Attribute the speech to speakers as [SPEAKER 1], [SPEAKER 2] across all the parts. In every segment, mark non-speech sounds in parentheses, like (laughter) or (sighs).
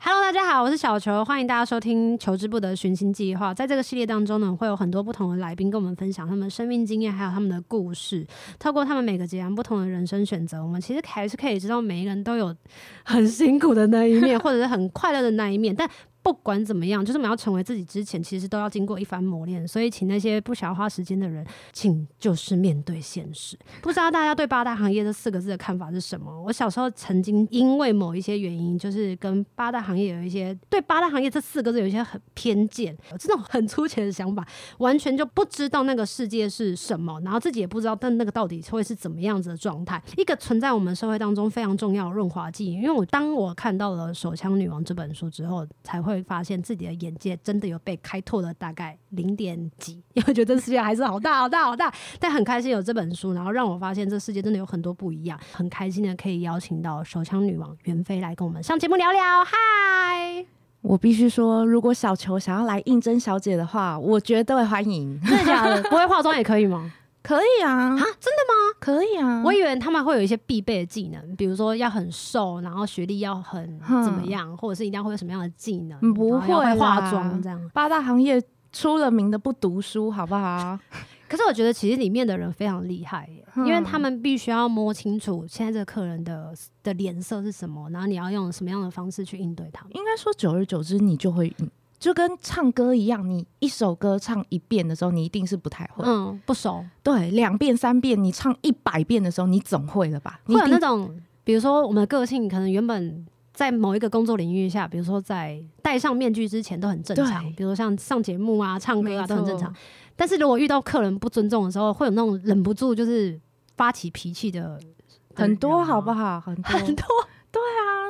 [SPEAKER 1] Hello，大家好，我是小球，欢迎大家收听《求之不得寻亲计划》。在这个系列当中呢，会有很多不同的来宾跟我们分享他们的生命经验，还有他们的故事。透过他们每个阶段不同的人生选择，我们其实还是可以知道每一个人都有很辛苦的那一面，或者是很快乐的那一面，但。不管怎么样，就是我们要成为自己之前，其实都要经过一番磨练。所以，请那些不想要花时间的人，请就是面对现实。不知道大家对八大行业这四个字的看法是什么？我小时候曾经因为某一些原因，就是跟八大行业有一些对八大行业这四个字有一些很偏见，有这种很粗浅的想法，完全就不知道那个世界是什么，然后自己也不知道，但那个到底会是怎么样子的状态？一个存在我们社会当中非常重要的润滑剂。因为我当我看到了《手枪女王》这本书之后，才会发现自己的眼界真的有被开拓了大概零点几， (laughs) 因为觉得这世界还是好大好大好大。但 (laughs) 很开心有这本书，然后让我发现这世界真的有很多不一样。很开心的可以邀请到《手枪女王》袁飞来跟我们上节目聊聊。嗨，
[SPEAKER 2] 我必须说，如果小球想要来应征小姐的话，我绝对欢迎。
[SPEAKER 1] 真的假的？ (laughs) 不会化妆也可以吗？
[SPEAKER 2] 可以啊
[SPEAKER 1] 啊，，真的吗？
[SPEAKER 2] 可以啊。
[SPEAKER 1] 我以为他们会有一些必备的技能，比如说要很瘦，然后学历要很
[SPEAKER 2] 哼
[SPEAKER 1] 怎么样，或者是一定要会有什么样的技能，
[SPEAKER 2] 嗯不
[SPEAKER 1] 然后要
[SPEAKER 2] 会
[SPEAKER 1] 会化
[SPEAKER 2] 啦
[SPEAKER 1] 妆这样。
[SPEAKER 2] 八大行业出了名的不读书，好不好？
[SPEAKER 1] 可是我觉得其实里面的人非常厉害耶，因为
[SPEAKER 2] 哼
[SPEAKER 1] 他们必须要摸清楚现在这个客人的的脸色是什么，然后你要用什么样的方式去应对他们。
[SPEAKER 2] 应该说，久而久之，你就会嗯就跟唱歌一样，你一首歌唱一遍的时候，你一定是不太会。
[SPEAKER 1] 嗯，不熟，
[SPEAKER 2] 对，两遍、三遍，你唱一百遍的时候，你总会了吧？
[SPEAKER 1] 会
[SPEAKER 2] 你一
[SPEAKER 1] 有
[SPEAKER 2] 定
[SPEAKER 1] 那种，比如说我们的个性可能原本。在某一个工作领域下，比如说在戴上面具之前都很正常，
[SPEAKER 2] 对
[SPEAKER 1] 比如像上节目啊、唱歌啊
[SPEAKER 2] 没
[SPEAKER 1] 都很正
[SPEAKER 2] 错
[SPEAKER 1] 常。但是如果遇到客人不尊重的时候，会有那种忍不住就是发起脾气的，的
[SPEAKER 2] 很多，
[SPEAKER 1] 人
[SPEAKER 2] 好不
[SPEAKER 1] 吗？
[SPEAKER 2] 好？很多。
[SPEAKER 1] 嗯
[SPEAKER 2] (laughs)
[SPEAKER 1] 很多，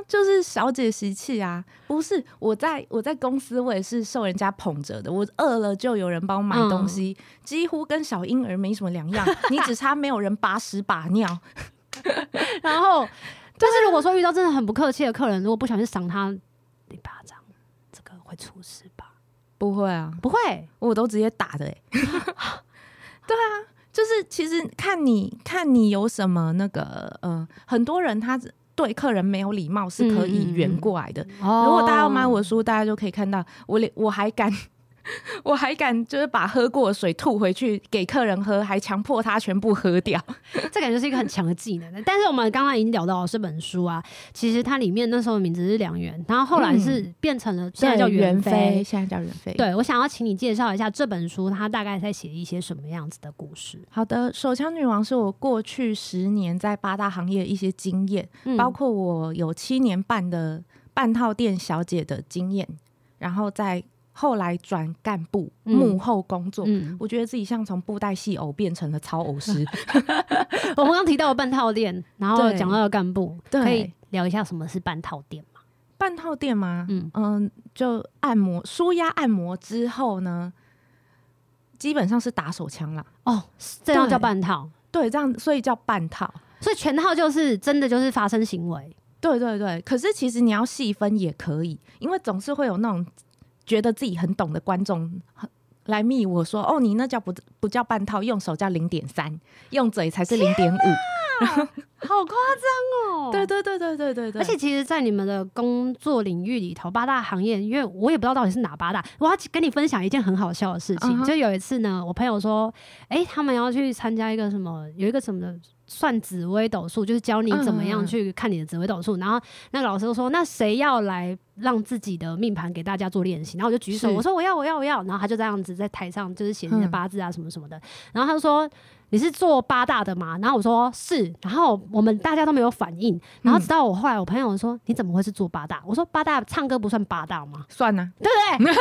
[SPEAKER 2] 就是小姐习气啊，不是我在我在公司我也是受人家捧着的，我饿了就有人帮我买
[SPEAKER 1] 嗯
[SPEAKER 2] 东西，几乎跟小婴儿没什么两样，
[SPEAKER 1] (laughs)
[SPEAKER 2] 你只差没有人把屎把尿，
[SPEAKER 1] 然后，但是如果说遇到真的很不客气的客人，如果不小心赏他一巴掌，这个会出事吧？
[SPEAKER 2] 不会啊，
[SPEAKER 1] 不会，
[SPEAKER 2] 我都直接打的
[SPEAKER 1] (laughs)
[SPEAKER 2] 哎、欸，对啊，就是其实看你看你有什么那个呃，很多人他只对客人没有礼貌是可
[SPEAKER 1] 嗯嗯
[SPEAKER 2] 以
[SPEAKER 1] 嗯
[SPEAKER 2] 圆过来的，
[SPEAKER 1] 哦
[SPEAKER 2] 如果大家要买我的书，大家就可以看到我连我还敢， (laughs) 我还敢就是把喝过的水吐回去给客人喝，还强迫他全部喝掉。
[SPEAKER 1] 哦这感觉是一个很强的技能。但是我们刚刚已经聊到这本书啊，其实它里面那时候的名字是梁元，然后后来是变成了、现在叫袁飞。
[SPEAKER 2] 现在叫袁飞。，
[SPEAKER 1] 对，我想要请你介绍一下这本书，它大概在写一些什么样子的故事？
[SPEAKER 2] 好的，手枪女王是我过去十年在八大行业的一些经验，
[SPEAKER 1] 嗯
[SPEAKER 2] 包括我有七年半的半套店小姐的经验，然后再后来转干部
[SPEAKER 1] 嗯
[SPEAKER 2] 幕后工作。
[SPEAKER 1] 嗯，
[SPEAKER 2] 我觉得自己像从布袋戏偶变成了操
[SPEAKER 1] (laughs)
[SPEAKER 2] 偶师，
[SPEAKER 1] 我们刚提到了半套店，然后
[SPEAKER 2] 对
[SPEAKER 1] 讲到了干部，
[SPEAKER 2] 对
[SPEAKER 1] 可以聊一下什么是半套店吗？
[SPEAKER 2] 半套店吗？
[SPEAKER 1] 嗯
[SPEAKER 2] 嗯就按摩、舒压按摩之后呢，基本上是打手枪啦。
[SPEAKER 1] 哦，这样
[SPEAKER 2] 对
[SPEAKER 1] 叫半套，
[SPEAKER 2] 对，这样所以叫半套。
[SPEAKER 1] 所以全套就是真的就是发生行为，
[SPEAKER 2] 对对对，可是其实你要细分也可以，因为总是会有那种觉得自己很懂的观众很来密我说：“哦，你那叫不不叫半套，用手叫零点三，用嘴才是零点五。
[SPEAKER 1] 好夸张”哦
[SPEAKER 2] 对对对对对对对，
[SPEAKER 1] 而且其实，在你们的工作领域里头，八大行业，因为我也不知道到底是哪八大，我要跟你分享一件很好笑的事情。
[SPEAKER 2] 嗯哼
[SPEAKER 1] 就有一次呢，我朋友说，诶，他们要去参加一个什么，有一个什么的算紫微斗数，就是教你怎么
[SPEAKER 2] 嗯嗯
[SPEAKER 1] 样
[SPEAKER 2] 嗯
[SPEAKER 1] 去看你的紫微斗数。然后那个老师就说，那谁要来让自己的命盘给大家做练习？然后我就举手，
[SPEAKER 2] 是
[SPEAKER 1] 我说我要，我要，我要。然后他就这样子在台上就是写你的
[SPEAKER 2] 嗯
[SPEAKER 1] 八字啊什么什么的。然后他就说。你是做八大的吗？然后我说是，然后我们大家都没有反应，然后直到我后来我朋友说你怎么会是做八大？我说八大唱歌不算八大吗？
[SPEAKER 2] 算啊了、
[SPEAKER 1] 对不对？是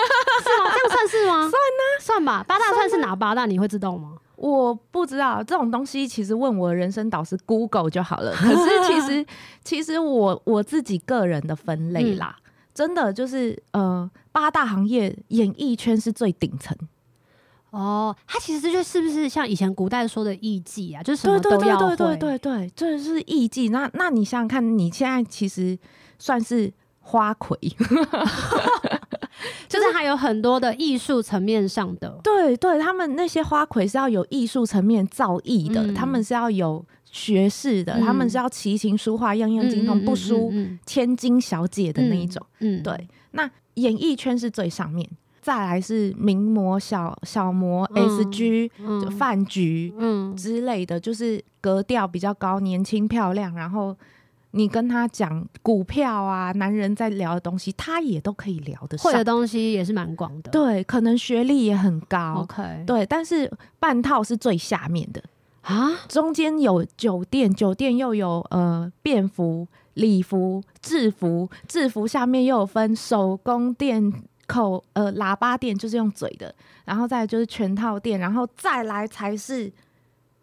[SPEAKER 1] (laughs) 吗？这样算是吗？算呢、算吧。八大算是啊哪八大？你会知道吗？
[SPEAKER 2] 我不知道这种东西，其实问我人生导师 Google 就好了。可是其实，其实我我自己个人的分类啦，真的就是呃，八大行业演艺圈是最顶层，
[SPEAKER 1] 哦，它其实就是不是像以前古代说的艺伎啊，就是什么都
[SPEAKER 2] 对对
[SPEAKER 1] 要
[SPEAKER 2] 对
[SPEAKER 1] 会。
[SPEAKER 2] 对对对，这是艺伎。那那你想想看，你现在其实算是花魁。
[SPEAKER 1] 就是还有很多的艺术层面上的，
[SPEAKER 2] 对对，他们那些花魁是要有艺术层面造诣的，
[SPEAKER 1] 嗯
[SPEAKER 2] 他们是要有学士的，
[SPEAKER 1] 嗯
[SPEAKER 2] 他们是要琴棋书画样样精通，不输
[SPEAKER 1] 嗯
[SPEAKER 2] 千金小姐的那一种。
[SPEAKER 1] 嗯，嗯，
[SPEAKER 2] 对，那演艺圈是最上面，再来是名模、小小模、
[SPEAKER 1] 嗯
[SPEAKER 2] S G、
[SPEAKER 1] 嗯
[SPEAKER 2] 就饭局
[SPEAKER 1] 嗯
[SPEAKER 2] 之类的，就是格调比较高、年轻漂亮，然后。你跟他讲股票啊，男人在聊的东西，他也都可以聊得
[SPEAKER 1] 会
[SPEAKER 2] 上
[SPEAKER 1] 的。东西也是蛮广的，
[SPEAKER 2] 对，可能学历也很高，
[SPEAKER 1] ，OK，
[SPEAKER 2] 对，但是半套是最下面的，
[SPEAKER 1] 啊，
[SPEAKER 2] 中间有酒店，酒店又有呃便服、礼服、制服，制服下面又有分手工店。口呃，喇叭店就是用嘴的，然后再来就是全套店，然后再来才是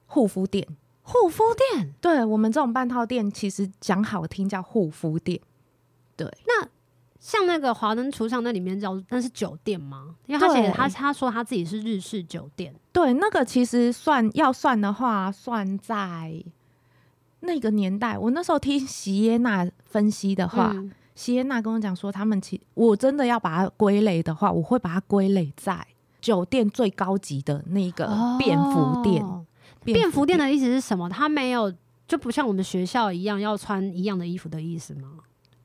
[SPEAKER 2] 护肤店。
[SPEAKER 1] 护肤店，
[SPEAKER 2] 对我们这种半套店，其实讲好听叫护肤店，
[SPEAKER 1] 像那个华灯初上那里面叫那是酒店吗？因为他写
[SPEAKER 2] 对
[SPEAKER 1] 他他说他自己是日式酒店，
[SPEAKER 2] 对，那个其实算要算的话，算在那个年代。我那时候听席耶娜分析的话，
[SPEAKER 1] 嗯
[SPEAKER 2] 席耶娜跟我讲说，他们其我真的要把它归类的话，我会把它归类在酒店最高级的那个
[SPEAKER 1] 呃
[SPEAKER 2] 便服店。
[SPEAKER 1] 哦便服店的意思是什么？他没有就不像我们学校一样要穿一样的衣服的意思吗？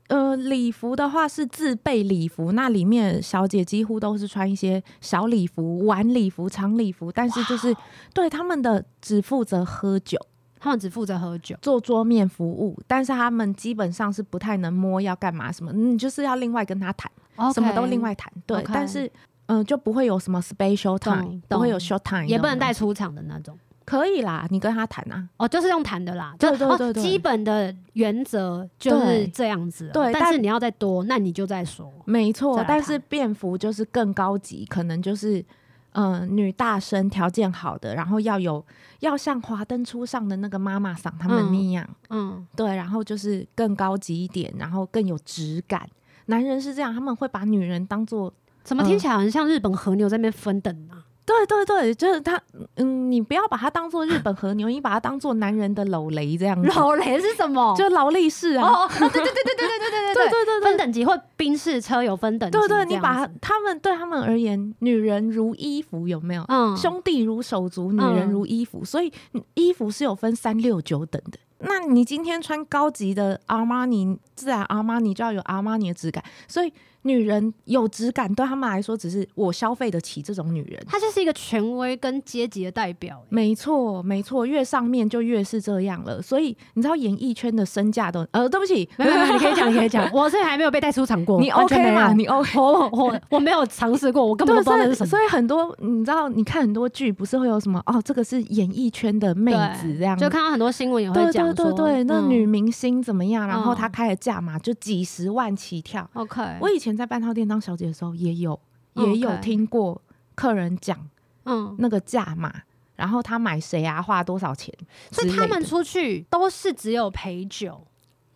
[SPEAKER 2] 呃，礼服的话是自备礼服，那里面小姐几乎都是穿一些小礼服、晚礼服、长礼服，但是就是对他们的只负责喝酒。
[SPEAKER 1] 他们只负责喝酒，
[SPEAKER 2] 做桌面服务，但是他们基本上是不太能摸要干嘛什么，你就是要另外跟他谈
[SPEAKER 1] OK
[SPEAKER 2] 什么都另外谈。对
[SPEAKER 1] OK
[SPEAKER 2] 但是嗯、呃就不会有什么 special time，
[SPEAKER 1] 懂
[SPEAKER 2] 不会有 short time，
[SPEAKER 1] 也不能
[SPEAKER 2] 这
[SPEAKER 1] 带
[SPEAKER 2] 种
[SPEAKER 1] 出
[SPEAKER 2] 东西
[SPEAKER 1] 场的那种。
[SPEAKER 2] 可以啦，你跟他谈啊。
[SPEAKER 1] 哦，就是用谈的啦，就
[SPEAKER 2] 对对对
[SPEAKER 1] 哦、
[SPEAKER 2] 对
[SPEAKER 1] 基本的原则就是
[SPEAKER 2] 对
[SPEAKER 1] 这样子了。
[SPEAKER 2] 对
[SPEAKER 1] 但
[SPEAKER 2] 但
[SPEAKER 1] 是你要再多，那你就再说。
[SPEAKER 2] 没
[SPEAKER 1] 再
[SPEAKER 2] 错
[SPEAKER 1] 来，
[SPEAKER 2] 但
[SPEAKER 1] 谈
[SPEAKER 2] 是便服就是更高级，可能就是。嗯、女大生条件好的，然后要有要像华灯初上的那个妈妈桑他们
[SPEAKER 1] 嗯
[SPEAKER 2] 那样，
[SPEAKER 1] 嗯，
[SPEAKER 2] 对，然后就是更高级一点，然后更有质感。男人是这样，他们会把女人当做
[SPEAKER 1] 怎
[SPEAKER 2] 嗯
[SPEAKER 1] 么听起来很像日本和牛在那边分等啊？
[SPEAKER 2] 对对对，就是他，嗯，你不要把它当做日本和牛，你把它当做男人的老雷这样子，
[SPEAKER 1] 老雷是什么？
[SPEAKER 2] 嗯就劳力士啊，
[SPEAKER 1] 哦，哦 (laughs) 对对对对对对对对对
[SPEAKER 2] 对对对
[SPEAKER 1] 分
[SPEAKER 2] 对
[SPEAKER 1] 等级或宾士车有分等级这
[SPEAKER 2] 对
[SPEAKER 1] 样子。
[SPEAKER 2] 对，你把它他们对他们而言，女人如衣服有没有？
[SPEAKER 1] 嗯
[SPEAKER 2] 兄弟如手足，女人如衣服，所以衣服是有分三六九等的。那你今天穿高级的阿玛尼，自然阿玛尼就要有阿玛尼的质感，所以女人有质感对他们来说，只是我消费得起这种女人。
[SPEAKER 1] 他就是一个权威跟阶级的代表、欸
[SPEAKER 2] 没错，没错，越上面就越是这样了。所以你知道演艺圈的身价都……呃，对不起，
[SPEAKER 1] 没有没有，你可以讲，你可以 (laughs) 讲。我是还没有被带出场过，
[SPEAKER 2] (laughs) 你
[SPEAKER 1] 完全
[SPEAKER 2] OK
[SPEAKER 1] 没
[SPEAKER 2] 嘛？
[SPEAKER 1] 有哦
[SPEAKER 2] 你 OK？
[SPEAKER 1] 我我
[SPEAKER 2] (laughs)
[SPEAKER 1] 我没有尝试过，我根本都不知道那是什
[SPEAKER 2] 所以
[SPEAKER 1] 么。
[SPEAKER 2] 所以很多你知道，你看很多剧不是会有什么哦，这个是演艺圈的妹子这样
[SPEAKER 1] 就。看到很多新闻也会
[SPEAKER 2] 对
[SPEAKER 1] 讲
[SPEAKER 2] 对对
[SPEAKER 1] 说，
[SPEAKER 2] 对，那
[SPEAKER 1] 嗯
[SPEAKER 2] 女明星怎么样？然
[SPEAKER 1] 嗯
[SPEAKER 2] 后她开的价码就几十万起跳。
[SPEAKER 1] OK，
[SPEAKER 2] 我以前在半套店当小姐的时候，也有也有
[SPEAKER 1] OK
[SPEAKER 2] 听过客人讲
[SPEAKER 1] 嗯，
[SPEAKER 2] 那个价码，然后她买谁啊，花多少钱之
[SPEAKER 1] 所
[SPEAKER 2] 类
[SPEAKER 1] 以
[SPEAKER 2] 的。
[SPEAKER 1] 他们出去都是只有陪酒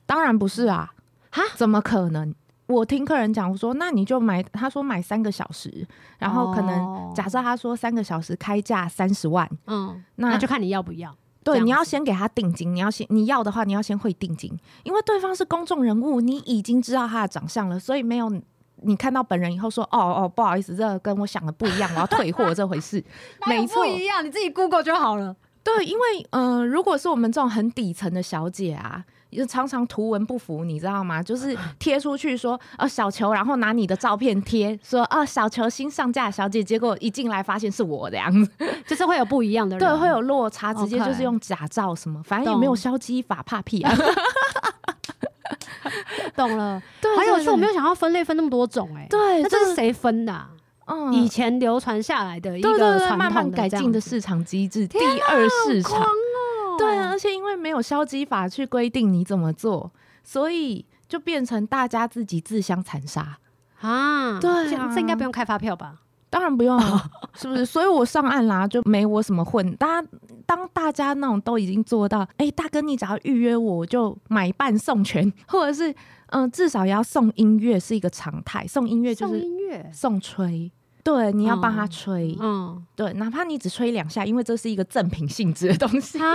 [SPEAKER 2] 当然不是啊，
[SPEAKER 1] 哈
[SPEAKER 2] 怎么可能？我听客人讲，我说那你就买，他说买三个小时，然后可能
[SPEAKER 1] 哦
[SPEAKER 2] 假设他说三个小时开价三十万，
[SPEAKER 1] 嗯，
[SPEAKER 2] 那
[SPEAKER 1] 那就看你要不要。这
[SPEAKER 2] 对，
[SPEAKER 1] 样
[SPEAKER 2] 你要
[SPEAKER 1] 子
[SPEAKER 2] 先给他定金，你要先你要的话，你要先会定金，因为对方是公众人物，你已经知道他的长相了，所以没有你看到本人以后说哦哦不好意思，这个跟我想的不一样，我要退货这回事， (laughs)
[SPEAKER 1] 哪有
[SPEAKER 2] 没错
[SPEAKER 1] 不。一样，你自己 Google 就好了。
[SPEAKER 2] 对，因为嗯、呃如果是我们这种很底层的小姐啊，也常常图文不符，你知道吗？
[SPEAKER 1] (laughs)
[SPEAKER 2] 就是贴出去说呃小球，然后拿你的照片贴，说呃小球新上架的小姐，结果一进来发现是我的样子，
[SPEAKER 1] 就是会有不一样的人，
[SPEAKER 2] 对，会有落差，直接
[SPEAKER 1] 啊 OK
[SPEAKER 2] 就是用假照什么，反正也没有
[SPEAKER 1] 懂
[SPEAKER 2] 消基法，怕屁啊。
[SPEAKER 1] 懂了。
[SPEAKER 2] 对
[SPEAKER 1] 还有是我没
[SPEAKER 2] 有
[SPEAKER 1] 有想到分类分那么多种、欸，哎，
[SPEAKER 2] 对，
[SPEAKER 1] 那这是谁分的啊、
[SPEAKER 2] 嗯
[SPEAKER 1] 以前流传下来的一
[SPEAKER 2] 对对
[SPEAKER 1] 个
[SPEAKER 2] 对
[SPEAKER 1] 传
[SPEAKER 2] 慢慢
[SPEAKER 1] 统
[SPEAKER 2] 改
[SPEAKER 1] 这样
[SPEAKER 2] 进的
[SPEAKER 1] 子
[SPEAKER 2] 市场机制，第二市
[SPEAKER 1] 好狂
[SPEAKER 2] 场。
[SPEAKER 1] 哦，
[SPEAKER 2] 对啊，而且因为没有消基法去规定你怎么做，所以就变成大家自己自相残杀。
[SPEAKER 1] 啊，
[SPEAKER 2] 对
[SPEAKER 1] 这
[SPEAKER 2] 啊
[SPEAKER 1] 这应该不用开发票吧？
[SPEAKER 2] 当然
[SPEAKER 1] (laughs)
[SPEAKER 2] 不用啊，是不是？所以我上岸啦，就没我什么混。大家当大家那种都已经做到，哎、大哥，你只要预约我，我就买办送全，或者是嗯、呃至少也要送音乐是一个常态，送音乐就
[SPEAKER 1] 送
[SPEAKER 2] 是
[SPEAKER 1] 音乐，
[SPEAKER 2] 送吹。对，你要帮他
[SPEAKER 1] 嗯
[SPEAKER 2] 吹，
[SPEAKER 1] 嗯
[SPEAKER 2] 对，哪怕你
[SPEAKER 1] (laughs)
[SPEAKER 2] 只嗯吹两下，因为这是一个赠品性质的东西。
[SPEAKER 1] 啊，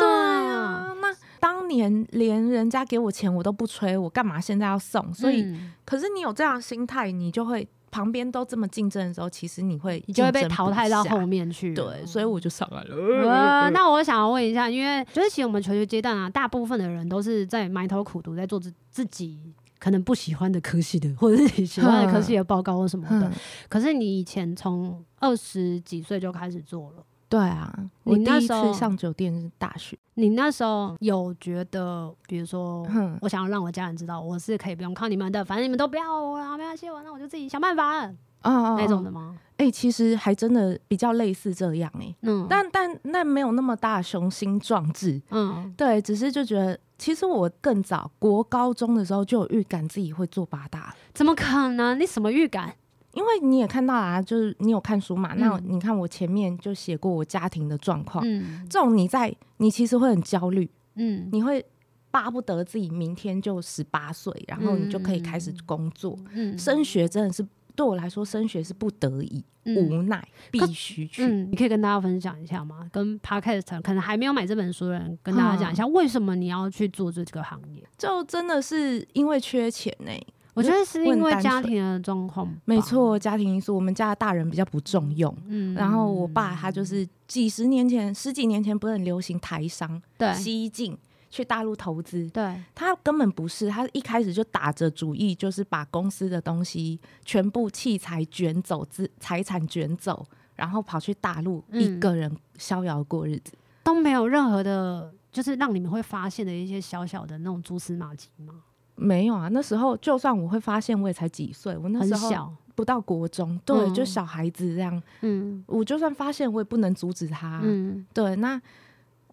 [SPEAKER 2] 对啊，那当当年连人家给我钱我都不催，我干嘛现在要送？所以，
[SPEAKER 1] 嗯
[SPEAKER 2] 可是你有这样的心态，你就会旁边都这么竞争的时候，其实你会
[SPEAKER 1] 你就会被
[SPEAKER 2] 竞争
[SPEAKER 1] 淘
[SPEAKER 2] 不
[SPEAKER 1] 汰到
[SPEAKER 2] 下
[SPEAKER 1] 后面去。
[SPEAKER 2] 对，所以我就上来了。
[SPEAKER 1] 呃，那我想要问一下，因为就是其实我们求学阶段啊，大部分的人都是在埋头苦读，在做自自己可能不喜欢的科系的，或者是你喜欢的科系的报告或什么的。
[SPEAKER 2] 嗯
[SPEAKER 1] 可是你以前从二十几岁就开始做了，
[SPEAKER 2] 对啊，
[SPEAKER 1] 你
[SPEAKER 2] 我第
[SPEAKER 1] 那
[SPEAKER 2] 一
[SPEAKER 1] 时候
[SPEAKER 2] 次上酒店是大学，
[SPEAKER 1] 你那时候有觉得，比如说，
[SPEAKER 2] 哼
[SPEAKER 1] 我想要让我家人知道我是可以不用靠你们的，反正你们都不要我了，没关系，我那我就自己想办法
[SPEAKER 2] 啊
[SPEAKER 1] 那种的。吗？
[SPEAKER 2] 哎、其实还真的比较类似这样哎、
[SPEAKER 1] 嗯，
[SPEAKER 2] 但但那没有那么大雄心壮志，
[SPEAKER 1] 嗯
[SPEAKER 2] 对，只是就觉得，其实我更早国高中的时候就有预感自己会做八大了，
[SPEAKER 1] 怎么可能？你什么预感？
[SPEAKER 2] 因为你也看到啊，就是你有看书嘛，那
[SPEAKER 1] 嗯
[SPEAKER 2] 你看我前面就写过我家庭的状况，
[SPEAKER 1] 嗯
[SPEAKER 2] 这种你在你其实会很焦虑，
[SPEAKER 1] 嗯，
[SPEAKER 2] 你会巴不得自己明天就十八岁，然后你就可以开始工作，
[SPEAKER 1] 嗯
[SPEAKER 2] 升学真的是。对我来说，升学是不得已、无奈、必须去。
[SPEAKER 1] 嗯，你可以跟大家分享一下吗？跟 podcast 可能还没有买这本书的人，跟大家讲一
[SPEAKER 2] 啊
[SPEAKER 1] 下为什么你要去做这个行业？
[SPEAKER 2] 就真的是因为缺钱呢、
[SPEAKER 1] 我觉得是因为
[SPEAKER 2] 问单
[SPEAKER 1] 家
[SPEAKER 2] 纯
[SPEAKER 1] 庭的状况，
[SPEAKER 2] 没，错，家庭因素，我们家的大人比较不重用，
[SPEAKER 1] 嗯
[SPEAKER 2] 然后我爸他就是几十年前、十几年前不是很流行台商
[SPEAKER 1] 对
[SPEAKER 2] 西进去大陆投资，
[SPEAKER 1] 对，
[SPEAKER 2] 他根本不是，他一开始就打着主意，就是把公司的东西全部器材卷走，资财产卷走，然后跑去大陆
[SPEAKER 1] 嗯
[SPEAKER 2] 一个人逍遥过日子。
[SPEAKER 1] 都没有任何的，就是让你们会发现的一些小小的那种蛛丝马迹吗？
[SPEAKER 2] 没有啊，那时候就算我会发现，我也才几岁，我那
[SPEAKER 1] 很
[SPEAKER 2] 时候
[SPEAKER 1] 小，
[SPEAKER 2] 不到国中，对，
[SPEAKER 1] 嗯
[SPEAKER 2] 就小孩子这样，
[SPEAKER 1] 嗯
[SPEAKER 2] 我就算发现，我也不能阻止他啊、
[SPEAKER 1] 嗯
[SPEAKER 2] 对，那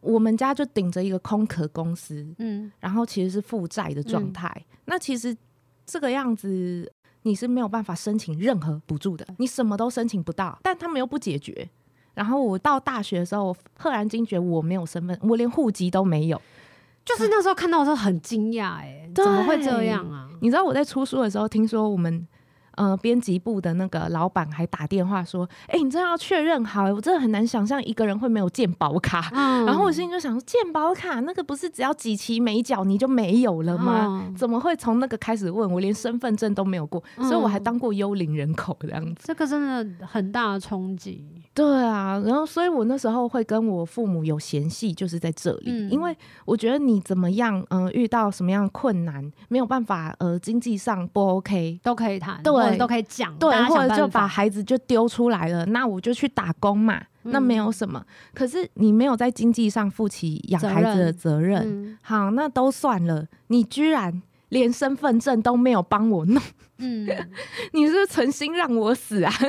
[SPEAKER 2] 我们家就顶着一个空壳公司，
[SPEAKER 1] 嗯
[SPEAKER 2] 然后其实是负债的状态。那其实这个样子你是没有办法申请任何补助的，你什么都申请不到，但他们又不解决。然后我到大学的时候，我赫然惊觉我没有身份，我连户籍都没有。
[SPEAKER 1] 就是那时候看到的时候很惊讶，哎，
[SPEAKER 2] 对
[SPEAKER 1] 怎么会这样啊？
[SPEAKER 2] 你知道我在出书的时候，听说我们呃编辑部的那个老板还打电话说：“哎、你真的要确认好、我真的很难想象一个人会没有健保卡。”
[SPEAKER 1] 嗯
[SPEAKER 2] 然后我心里就想说，健保卡那个不是只要几期美角你就没有了吗？
[SPEAKER 1] 嗯
[SPEAKER 2] 怎么会从那个开始问我？连身份证都没有过，所以我还当过幽灵人口这样子。
[SPEAKER 1] 这个真的很大的冲击，
[SPEAKER 2] 对啊，然后所以我那时候会跟我父母有嫌隙，就是在这里，
[SPEAKER 1] 嗯
[SPEAKER 2] 因为我觉得你怎么样，嗯、遇到什么样的困难，没有办法，呃，经济上不 OK，
[SPEAKER 1] 都可以谈，
[SPEAKER 2] 对
[SPEAKER 1] 或者都可以讲，
[SPEAKER 2] 对
[SPEAKER 1] 大家，想
[SPEAKER 2] 或者就
[SPEAKER 1] 办法
[SPEAKER 2] 把孩子就丢出来了，那我就去打工嘛，那
[SPEAKER 1] 嗯
[SPEAKER 2] 没有什么。可是你没有在经济上负起养
[SPEAKER 1] 责
[SPEAKER 2] 孩子的
[SPEAKER 1] 任
[SPEAKER 2] 责任，
[SPEAKER 1] 嗯
[SPEAKER 2] 好，那都算了，你居然连身份证都没有帮我弄，
[SPEAKER 1] 嗯，
[SPEAKER 2] 你是不是存心让我死啊？ (laughs)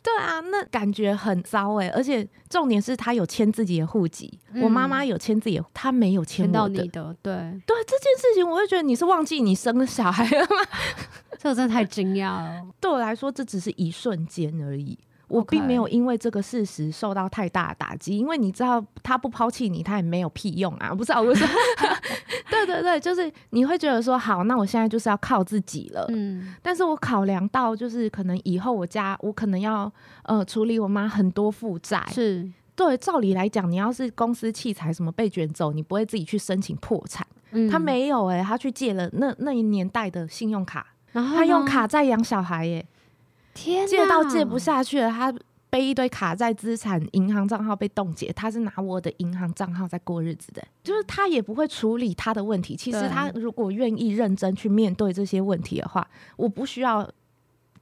[SPEAKER 2] 对啊，那感觉很糟哎、而且重点是他有签自己的户籍，我妈
[SPEAKER 1] 嗯
[SPEAKER 2] 妈有签自己的，他没有签
[SPEAKER 1] 全到
[SPEAKER 2] 我
[SPEAKER 1] 你
[SPEAKER 2] 的。
[SPEAKER 1] 的，对，
[SPEAKER 2] 对这件事情，我会觉得你是忘记你生了小孩了吗？ (laughs)
[SPEAKER 1] 这个真的太惊讶了，
[SPEAKER 2] 对我来说，这只是一瞬间而已。我
[SPEAKER 1] OK
[SPEAKER 2] 并没有因为这个事实受到太大的打击，因为你知道他不抛弃你，他也没有屁用啊！不知道我说， (laughs) 对对对，就是你会觉得说，好，那我现在就是要靠自己了。
[SPEAKER 1] 嗯
[SPEAKER 2] 但是我考量到，就是可能以后我家我可能要呃处理我妈很多负债，
[SPEAKER 1] 是，
[SPEAKER 2] 对，照理来讲，你要是公司器材什么被卷走，你不会自己去申请破产，
[SPEAKER 1] 嗯
[SPEAKER 2] 他，没有哎、他去借了那那一年代的信用卡，
[SPEAKER 1] 然后
[SPEAKER 2] 他用
[SPEAKER 1] 呢
[SPEAKER 2] 卡债养小孩耶、
[SPEAKER 1] 天
[SPEAKER 2] 借到
[SPEAKER 1] 哪
[SPEAKER 2] 借不，下去了，他背一堆卡债资产，银行账号被冻结，他是拿我的银行账号在过日子的，就是他也不会处理他的问题。其实
[SPEAKER 1] 对
[SPEAKER 2] 他如果愿意认真去面对这些问题的话，我不需要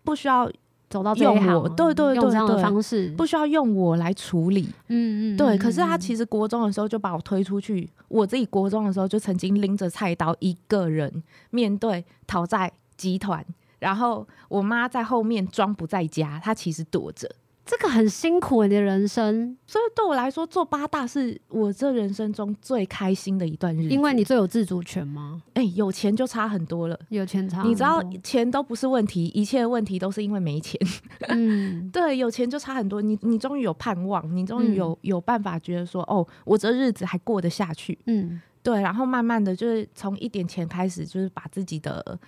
[SPEAKER 2] 不需要
[SPEAKER 1] 走到这
[SPEAKER 2] 用
[SPEAKER 1] 一行
[SPEAKER 2] 我
[SPEAKER 1] 了
[SPEAKER 2] 对对
[SPEAKER 1] 用
[SPEAKER 2] 对
[SPEAKER 1] 这样的
[SPEAKER 2] 对
[SPEAKER 1] 方式，
[SPEAKER 2] 不需要用我来处理。
[SPEAKER 1] 嗯嗯，
[SPEAKER 2] 对，
[SPEAKER 1] 嗯
[SPEAKER 2] 可是他
[SPEAKER 1] 嗯
[SPEAKER 2] 其实国中的时候就把我推出去，我自己国中的时候就曾经拎着菜刀一个人面对讨债集团。然后我妈在后面装不在家，她其实躲着，
[SPEAKER 1] 这个很辛苦，欸你的人生，
[SPEAKER 2] 所以对我来说，做八大是我这人生中最开心的一段日子。
[SPEAKER 1] 因为你最有自主权吗？
[SPEAKER 2] 哎、有钱就差很多了。
[SPEAKER 1] 有钱嗯差很多，
[SPEAKER 2] 你知道钱都不是问题，一切问题都是因为没钱。 (laughs)
[SPEAKER 1] 嗯，
[SPEAKER 2] 对，有钱就差很多。你你终于有盼望，你终于有、
[SPEAKER 1] 嗯
[SPEAKER 2] 有办法觉得说，哦，我这日子还过得下去。
[SPEAKER 1] 嗯
[SPEAKER 2] 对，然后慢慢的就是从一点钱开始，就是把自己的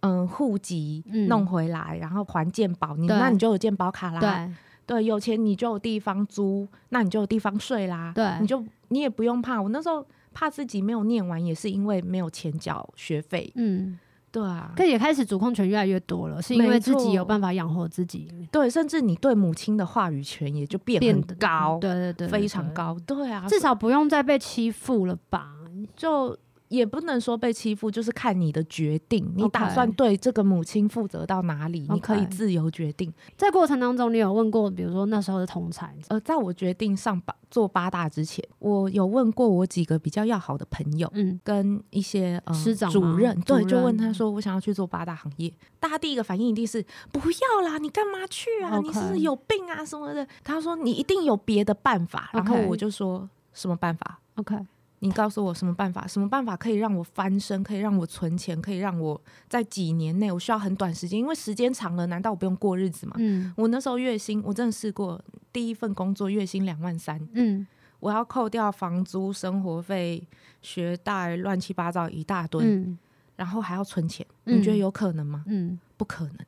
[SPEAKER 2] 嗯户籍
[SPEAKER 1] 嗯
[SPEAKER 2] 弄回来，然后还健保，你
[SPEAKER 1] 对
[SPEAKER 2] 那你就有健保卡啦。
[SPEAKER 1] 对
[SPEAKER 2] 对，有钱你就有地方租，那你就有地方睡啦。
[SPEAKER 1] 对，
[SPEAKER 2] 你就你也不用怕。我那时候怕自己没有念完，也是因为没有钱缴学费。
[SPEAKER 1] 嗯，
[SPEAKER 2] 对啊，
[SPEAKER 1] 可也开始主控权越来越多了，是因为
[SPEAKER 2] 没
[SPEAKER 1] 自己
[SPEAKER 2] 错
[SPEAKER 1] 有办法养活自己，
[SPEAKER 2] 对，甚至你对母亲的话语权也就变
[SPEAKER 1] 变
[SPEAKER 2] 很
[SPEAKER 1] 得
[SPEAKER 2] 高，
[SPEAKER 1] 对对对，对
[SPEAKER 2] 非常
[SPEAKER 1] 对
[SPEAKER 2] 高。对啊，
[SPEAKER 1] 至少不用再被欺负了吧？
[SPEAKER 2] 就也不能说被欺负，就是看你的决定，你
[SPEAKER 1] OK
[SPEAKER 2] 打算对这个母亲负责到哪里，你可以
[SPEAKER 1] OK
[SPEAKER 2] 自由决定。
[SPEAKER 1] 在过程当中，你有问过，比如说那时候的同才，
[SPEAKER 2] 呃，在我决定上八做八大之前，我有问过我几个比较要好的朋友。
[SPEAKER 1] 嗯，
[SPEAKER 2] 跟一些呃
[SPEAKER 1] 师长吗
[SPEAKER 2] 主任，对，
[SPEAKER 1] 主
[SPEAKER 2] 就
[SPEAKER 1] 任
[SPEAKER 2] 问
[SPEAKER 1] 嗯
[SPEAKER 2] 他说：“我想要去做八大行业。”大家第一个反应一定是“不要啦，你干嘛去啊？你是不
[SPEAKER 1] OK
[SPEAKER 2] 是有病啊什么的。”他说：“你一定有别的办法。”然后
[SPEAKER 1] OK
[SPEAKER 2] 我就说：“什么办法？
[SPEAKER 1] OK，
[SPEAKER 2] 你告诉我什么办法？什么办法可以让我翻身？可以让我存钱？可以让我在几年内？我需要很短时间，因为时间长了，难道我不用过日子吗？
[SPEAKER 1] 嗯
[SPEAKER 2] 我那时候月薪，我真的试过，第一份工作月薪两万三，
[SPEAKER 1] 嗯
[SPEAKER 2] 我要扣掉房租、生活费、学贷，乱七八糟一大堆，
[SPEAKER 1] 嗯
[SPEAKER 2] 然后还要存钱。
[SPEAKER 1] 嗯
[SPEAKER 2] 你觉得有可能吗？
[SPEAKER 1] 嗯，
[SPEAKER 2] 不可能。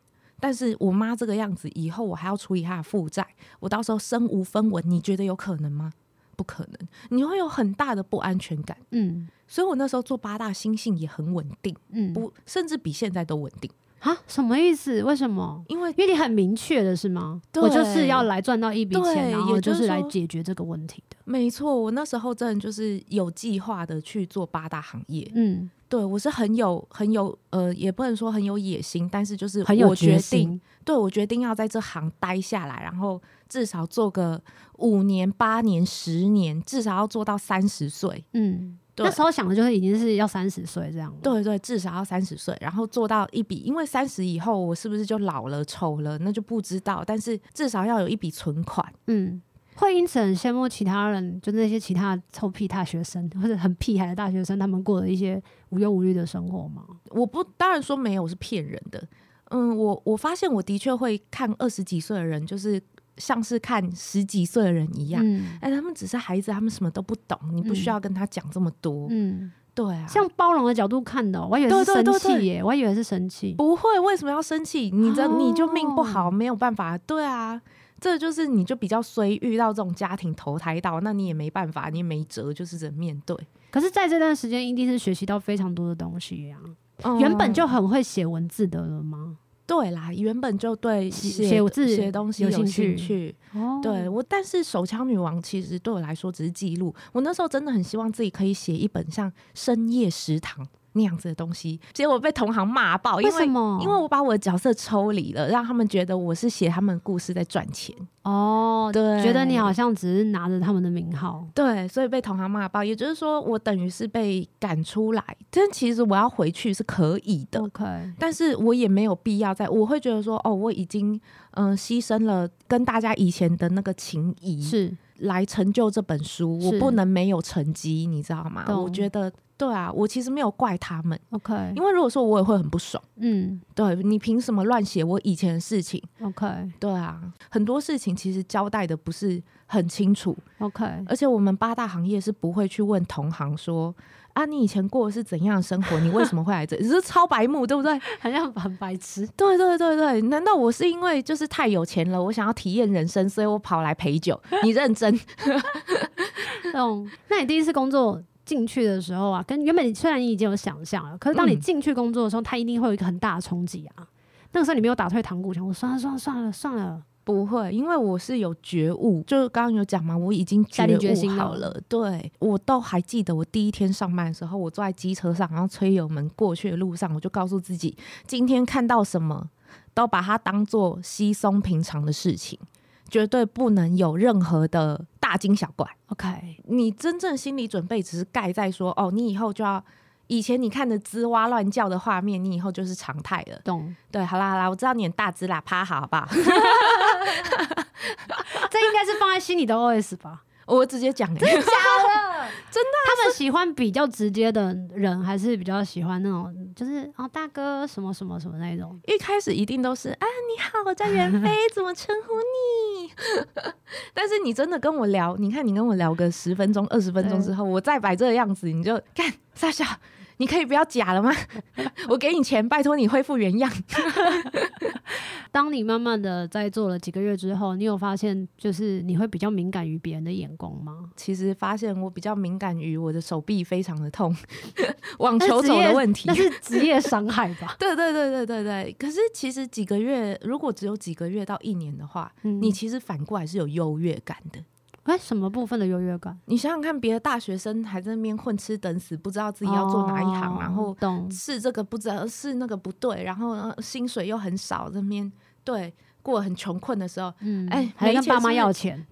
[SPEAKER 2] 但是我妈这个样子，以后我还要处理她的负债，我到时候身无分文，你觉得有可能吗？不可能，你会有很大的不安全感。
[SPEAKER 1] 嗯
[SPEAKER 2] 所以我那时候做八大，心性也很稳定，
[SPEAKER 1] 嗯，
[SPEAKER 2] 不，甚至比现在都稳定。
[SPEAKER 1] 啊，什么意思？为什么？
[SPEAKER 2] 因为
[SPEAKER 1] 因为你很明确的是吗？
[SPEAKER 2] 对
[SPEAKER 1] 我就是要来赚到一笔钱，
[SPEAKER 2] 对
[SPEAKER 1] 然后
[SPEAKER 2] 也就是是
[SPEAKER 1] 来
[SPEAKER 2] 说
[SPEAKER 1] 解决这个问题的。
[SPEAKER 2] 没错，我那时候真的就是有计划的去做八大行业。
[SPEAKER 1] 嗯，
[SPEAKER 2] 对我是很有很有呃，也不能说很有野心，但是就是
[SPEAKER 1] 很有
[SPEAKER 2] 我决
[SPEAKER 1] 决
[SPEAKER 2] 定，
[SPEAKER 1] 心。
[SPEAKER 2] 对我决定要在这行待下来，然后至少做个五年、八年、十年，至少要做到三十岁。
[SPEAKER 1] 嗯，
[SPEAKER 2] 对
[SPEAKER 1] 那时候想的就是已经是要三十岁这样了。
[SPEAKER 2] 对对，至少要三十岁，然后做到一笔，因为三十以后我是不是就老了、丑了，那就不知道。但是至少要有一笔存款。
[SPEAKER 1] 嗯，会因此很羡慕其他人，就那些其他臭屁大学生或者很屁孩的大学生，他们过的一些无忧无虑的生活吗？
[SPEAKER 2] 我不当然说没有是骗人的。嗯，我我发现我的确会看二十几岁的人，就是像是看十几岁的人一样。
[SPEAKER 1] 嗯
[SPEAKER 2] 哎、他们只是孩子，他们什么都不懂，你不需要跟他讲这么多。
[SPEAKER 1] 嗯，
[SPEAKER 2] 对啊，
[SPEAKER 1] 像包容的角度看的哦、我还以为是
[SPEAKER 2] 对
[SPEAKER 1] 生
[SPEAKER 2] 对对
[SPEAKER 1] 气
[SPEAKER 2] 对
[SPEAKER 1] 耶，我还以为是生气。
[SPEAKER 2] 不会，为什么要生气？你这你就命不
[SPEAKER 1] 哦
[SPEAKER 2] 好，没有办法。对啊，这就是你就比较衰，遇到这种家庭投胎到，那你也没办法，你也没辙，就是只能面对。
[SPEAKER 1] 可是，在这段时间一定是学习到非常多的东西呀、哦原本就
[SPEAKER 2] 嗯
[SPEAKER 1] 很会写文字的了吗？
[SPEAKER 2] 对啦，原本就对
[SPEAKER 1] 写
[SPEAKER 2] 写
[SPEAKER 1] 写字
[SPEAKER 2] 写东西
[SPEAKER 1] 有
[SPEAKER 2] 有
[SPEAKER 1] 兴趣
[SPEAKER 2] 兴趣
[SPEAKER 1] 哦
[SPEAKER 2] 对我，但是《手枪女王》其实对我来说只是记录。我那时候真的很希望自己可以写一本像《深夜食堂》那样子的东西，结果被同行骂爆，因
[SPEAKER 1] 为什
[SPEAKER 2] 为
[SPEAKER 1] 么？
[SPEAKER 2] 因为我把我的角色抽离了，让他们觉得我是写他们故事在赚钱。
[SPEAKER 1] 哦，
[SPEAKER 2] 对
[SPEAKER 1] 觉得你好像只是拿着他们的名号。
[SPEAKER 2] 对，所以被同行骂爆，也就是说我等于是被赶出来。但其实我要回去是可以的，
[SPEAKER 1] OK，
[SPEAKER 2] 但是我也没有必要在，我会觉得说，哦，我已经嗯、呃牺牲了跟大家以前的那个情谊，
[SPEAKER 1] 是
[SPEAKER 2] 来成就这本书，我
[SPEAKER 1] 是
[SPEAKER 2] 不能没有成绩，你知道吗？
[SPEAKER 1] 懂
[SPEAKER 2] 我觉得对啊，我其实没有怪他们，
[SPEAKER 1] OK，
[SPEAKER 2] 因为如果说我也会很不爽，
[SPEAKER 1] 嗯
[SPEAKER 2] 对你凭什么乱写我以前的事情？
[SPEAKER 1] ，OK
[SPEAKER 2] 对啊，很多事情其实交代的不是很清楚，
[SPEAKER 1] OK，
[SPEAKER 2] 而且我们八大行业是不会去问同行说啊，你以前过的是怎样的生活？你为什么会来这里？ (laughs) 只是超白目，对不对？ (laughs)
[SPEAKER 1] 好像很白痴。
[SPEAKER 2] 对对对对，难道我是因为就是太有钱了，我想要体验人生，所以我跑来陪酒？你认真？
[SPEAKER 1] 懂？那你第一次工作进去的时候啊，跟原本你虽然你已经有想象了，可是当你
[SPEAKER 2] 嗯
[SPEAKER 1] 进去工作的时候，它一定会有一个很大的冲击啊。那个时候你没有打退堂鼓，想我算了算了算了算了，
[SPEAKER 2] 不会，因为我是有觉悟，就刚刚有讲嘛，我已经
[SPEAKER 1] 下定决
[SPEAKER 2] 觉悟
[SPEAKER 1] 心了
[SPEAKER 2] 好了。对，我都还记得我第一天上班的时候，我坐在机车上，然后吹油门过去的路上，我就告诉自己，今天看到什么都把它当做稀松平常的事情，绝对不能有任何的大惊小怪。
[SPEAKER 1] OK，
[SPEAKER 2] 你真正心理准备只是盖在说，哦，你以后就要。以前你看的吱哇乱叫的画面，你以后就是常态了。
[SPEAKER 1] 懂？
[SPEAKER 2] 对，好啦好啦，我知道你很大只啦，趴好好不好？
[SPEAKER 1] 这应该是放在心里的 OS (laughs) 吧？啊
[SPEAKER 2] 我直接讲、
[SPEAKER 1] (laughs)
[SPEAKER 2] 欸，
[SPEAKER 1] 他们喜欢比较直接的人，还是比较喜欢那种就是哦大哥什么什么什么那一种？
[SPEAKER 2] 一开始一定都是啊，你好，我叫袁
[SPEAKER 1] (laughs)
[SPEAKER 2] 飞，怎么称呼你？ (laughs) 但是你真的跟我聊，你看你跟我聊个十分钟、二十分钟之后，我再摆这个样子，你就干傻笑。
[SPEAKER 1] (laughs)
[SPEAKER 2] 你可以不要假了吗？我给你钱，拜托你恢复原样。
[SPEAKER 1] 当你慢慢的在做了几个月之后，你有发现就是你会比较敏感于别人的眼光吗？
[SPEAKER 2] 其实发现我比较敏感于我的手臂非常的
[SPEAKER 1] (laughs)
[SPEAKER 2] 痛，网球肘的问
[SPEAKER 1] (laughs)
[SPEAKER 2] 题？
[SPEAKER 1] 那。是职业伤害吧
[SPEAKER 2] (laughs)
[SPEAKER 1] (laughs)
[SPEAKER 2] 对对对对对对。可是其实几个月，如果只有几个月到一年的话，
[SPEAKER 1] 嗯
[SPEAKER 2] 你其实反过来是有优越感的。
[SPEAKER 1] 哎、什么部分的优越感？
[SPEAKER 2] 你想想看，别的大学生还在那边混吃等死，不知道自己要做哪一行，
[SPEAKER 1] 哦
[SPEAKER 2] 然后
[SPEAKER 1] 懂
[SPEAKER 2] 是这个不知道，是那个不对，然后、呃薪水又很少，这边对过得很穷困的时候，
[SPEAKER 1] 嗯，
[SPEAKER 2] 哎
[SPEAKER 1] 还
[SPEAKER 2] 没
[SPEAKER 1] 跟
[SPEAKER 2] 钱
[SPEAKER 1] 爸妈
[SPEAKER 2] 是
[SPEAKER 1] 要钱，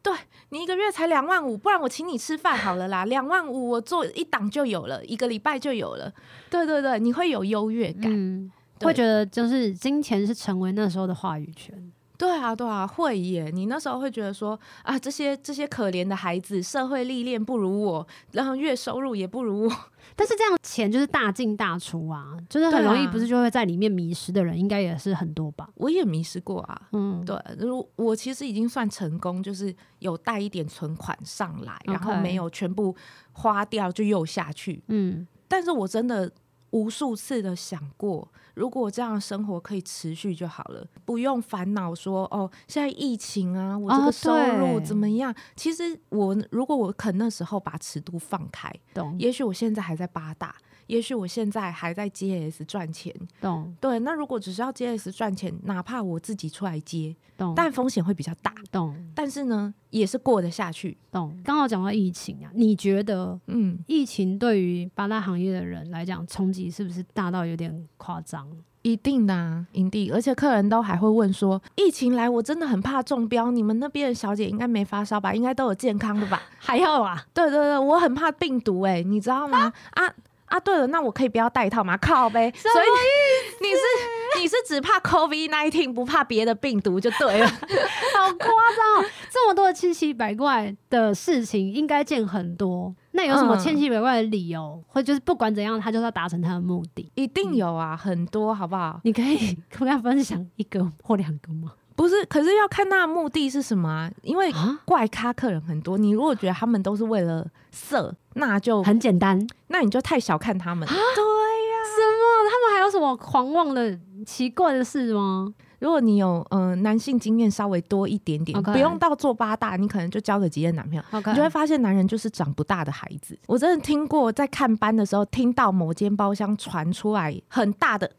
[SPEAKER 2] 你一个月才两万五，不然我请你吃饭好了啦，两万五我做一档就有了，一个礼拜就有了。对对对，你会有优越感。
[SPEAKER 1] 嗯，
[SPEAKER 2] 对
[SPEAKER 1] 会觉得就是金钱是成为那时候的话语权，
[SPEAKER 2] 对啊，对啊，会耶！你那时候会觉得说啊，这些这些可怜的孩子，社会历练不如我，然后月收入也不如我。
[SPEAKER 1] 但是这样钱就是大进大出啊，就是很
[SPEAKER 2] 对啊
[SPEAKER 1] 容易不是就会在里面迷失的人，应该也是很多吧？
[SPEAKER 2] 我也迷失过啊。
[SPEAKER 1] 嗯，
[SPEAKER 2] 对，如我其实已经算成功，就是有带一点存款上来，然后
[SPEAKER 1] OK
[SPEAKER 2] 没有全部花掉就又下去。
[SPEAKER 1] 嗯，
[SPEAKER 2] 但是我真的无数次的想过，如果这样的生活可以持续就好了，不用烦恼说哦，现在疫情啊，我这
[SPEAKER 1] 哦
[SPEAKER 2] 个收入
[SPEAKER 1] 对
[SPEAKER 2] 怎么样？其实我如果我肯那时候把尺度放开，
[SPEAKER 1] 懂
[SPEAKER 2] 也许我现在还在八大，也许我现在还在 GS 赚钱。
[SPEAKER 1] 懂
[SPEAKER 2] 对，那如果只是要 GS 赚钱，哪怕我自己出来接，
[SPEAKER 1] 懂，
[SPEAKER 2] 但风险会比较大，
[SPEAKER 1] 懂
[SPEAKER 2] 但是呢，也是过得下去。
[SPEAKER 1] 懂。刚好讲到疫情啊，你觉得
[SPEAKER 2] 嗯，
[SPEAKER 1] 疫情对于八大行业的人来讲，冲击是不是大到有点夸张？ (laughs)
[SPEAKER 2] 一定的、啊，一定。而且客人都还会问说，疫情来我真的很怕中标，你们那边的小姐应该没发烧吧？应该都有健康 (laughs) 的吧？
[SPEAKER 1] 还要啊？
[SPEAKER 2] 对对对，我很怕病毒哎、你知 (laughs) 道吗？啊啊，对了，那我可以不要戴套吗？靠呗，所以 (laughs) 你是你是只怕 COVID nineteen 不怕别的病毒就对了。
[SPEAKER 1] 好夸张、哦！这么多的千奇百怪的事情，应该见很多。那有什么
[SPEAKER 2] 嗯
[SPEAKER 1] 千奇百怪的理由，或者就是不管怎样，他就是要达成他的目的？
[SPEAKER 2] (laughs) 一定有啊，很多好不好？
[SPEAKER 1] 你可以 (laughs) 跟大家分享一个或两个吗？
[SPEAKER 2] 不是，可是要看他的目的是什么啊，因 (laughs) 为
[SPEAKER 1] 啊，
[SPEAKER 2] 怪咖客人很多，你如果觉得他们都是为了色，那就
[SPEAKER 1] 很简单。
[SPEAKER 2] 那你就太小看他们。
[SPEAKER 1] 什么？他们还有什么狂妄的奇怪的事吗？
[SPEAKER 2] 如果你有嗯、呃男性经验稍微多一点点
[SPEAKER 1] OK
[SPEAKER 2] 不用到做八大，你可能就交个几任男朋友。
[SPEAKER 1] 好看
[SPEAKER 2] 你就会发现，男人就是长不大的孩子。我真的听过，在看班的时候，听到某间包厢传出来很大的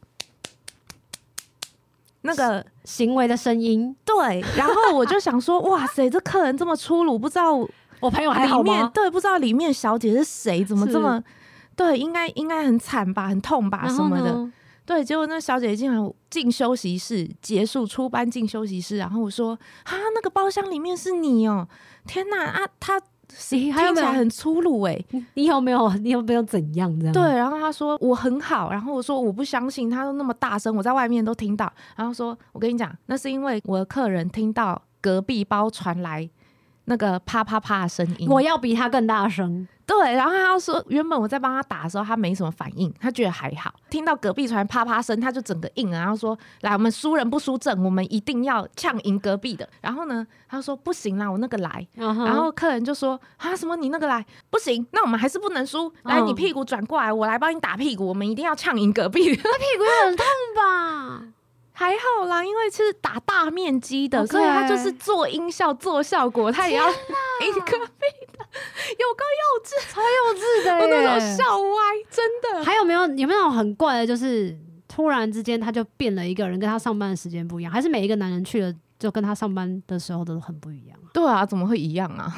[SPEAKER 2] 那个
[SPEAKER 1] 行为的声音。
[SPEAKER 2] (laughs) 对，然后我就想说，哇塞，这客人这么粗鲁，不知道
[SPEAKER 1] 我朋友
[SPEAKER 2] 里面？对，不知道里面小姐是谁，怎么
[SPEAKER 1] 是
[SPEAKER 2] 这么对，应该应该很惨吧，很痛吧，
[SPEAKER 1] 然
[SPEAKER 2] 什
[SPEAKER 1] 后
[SPEAKER 2] 么的。
[SPEAKER 1] 呢？
[SPEAKER 2] 对，结果那小姐竟然进休息室，结束出班进休息室，然后我说啊，那个包厢里面是你哦、天哪啊，她
[SPEAKER 1] 你还有
[SPEAKER 2] 听
[SPEAKER 1] 没
[SPEAKER 2] 起来
[SPEAKER 1] 有？嗯
[SPEAKER 2] 很粗鲁哎、
[SPEAKER 1] 你有没有？你有没有怎样这样？
[SPEAKER 2] 对，，然后她说我很好，然后我说我不相信，她都那么大声，我在外面都听到。然后说我跟你讲，那是因为我的客人听到隔壁包传来那个啪啪啪的声音，
[SPEAKER 1] 我要比他更大声。
[SPEAKER 2] 对，然后他要说，原本我在帮他打的时候，他没什么反应，他觉得还好。听到隔壁传来啪啪声，他就整个硬了，然后说：“来，我们输人不输阵，我们一定要呛赢隔壁的。”然后呢，他说：“不行啦，我那个来。”
[SPEAKER 1] 然
[SPEAKER 2] 然后客人就说：“啊，什么你那个来不行？那我们还是不能输。来，
[SPEAKER 1] 嗯
[SPEAKER 2] 你屁股转过来，我来帮你打屁股，我们一定要呛赢隔壁的。
[SPEAKER 1] 他屁股又很痛 (laughs) 吧？
[SPEAKER 2] 还好啦，因为是打大面积的
[SPEAKER 1] OK
[SPEAKER 2] 所以他就是做音效、做效果，他也要赢隔壁的，有够幼稚。”
[SPEAKER 1] 超幼稚的
[SPEAKER 2] 我那时候
[SPEAKER 1] 耶
[SPEAKER 2] 笑歪，真的。
[SPEAKER 1] 还有没有有没有很怪的？就是突然之间他就变了一个人，跟他上班的时间不一样，还是每一个男人去了就跟他上班的时候都很不一样，
[SPEAKER 2] 对啊，怎么会一样啊？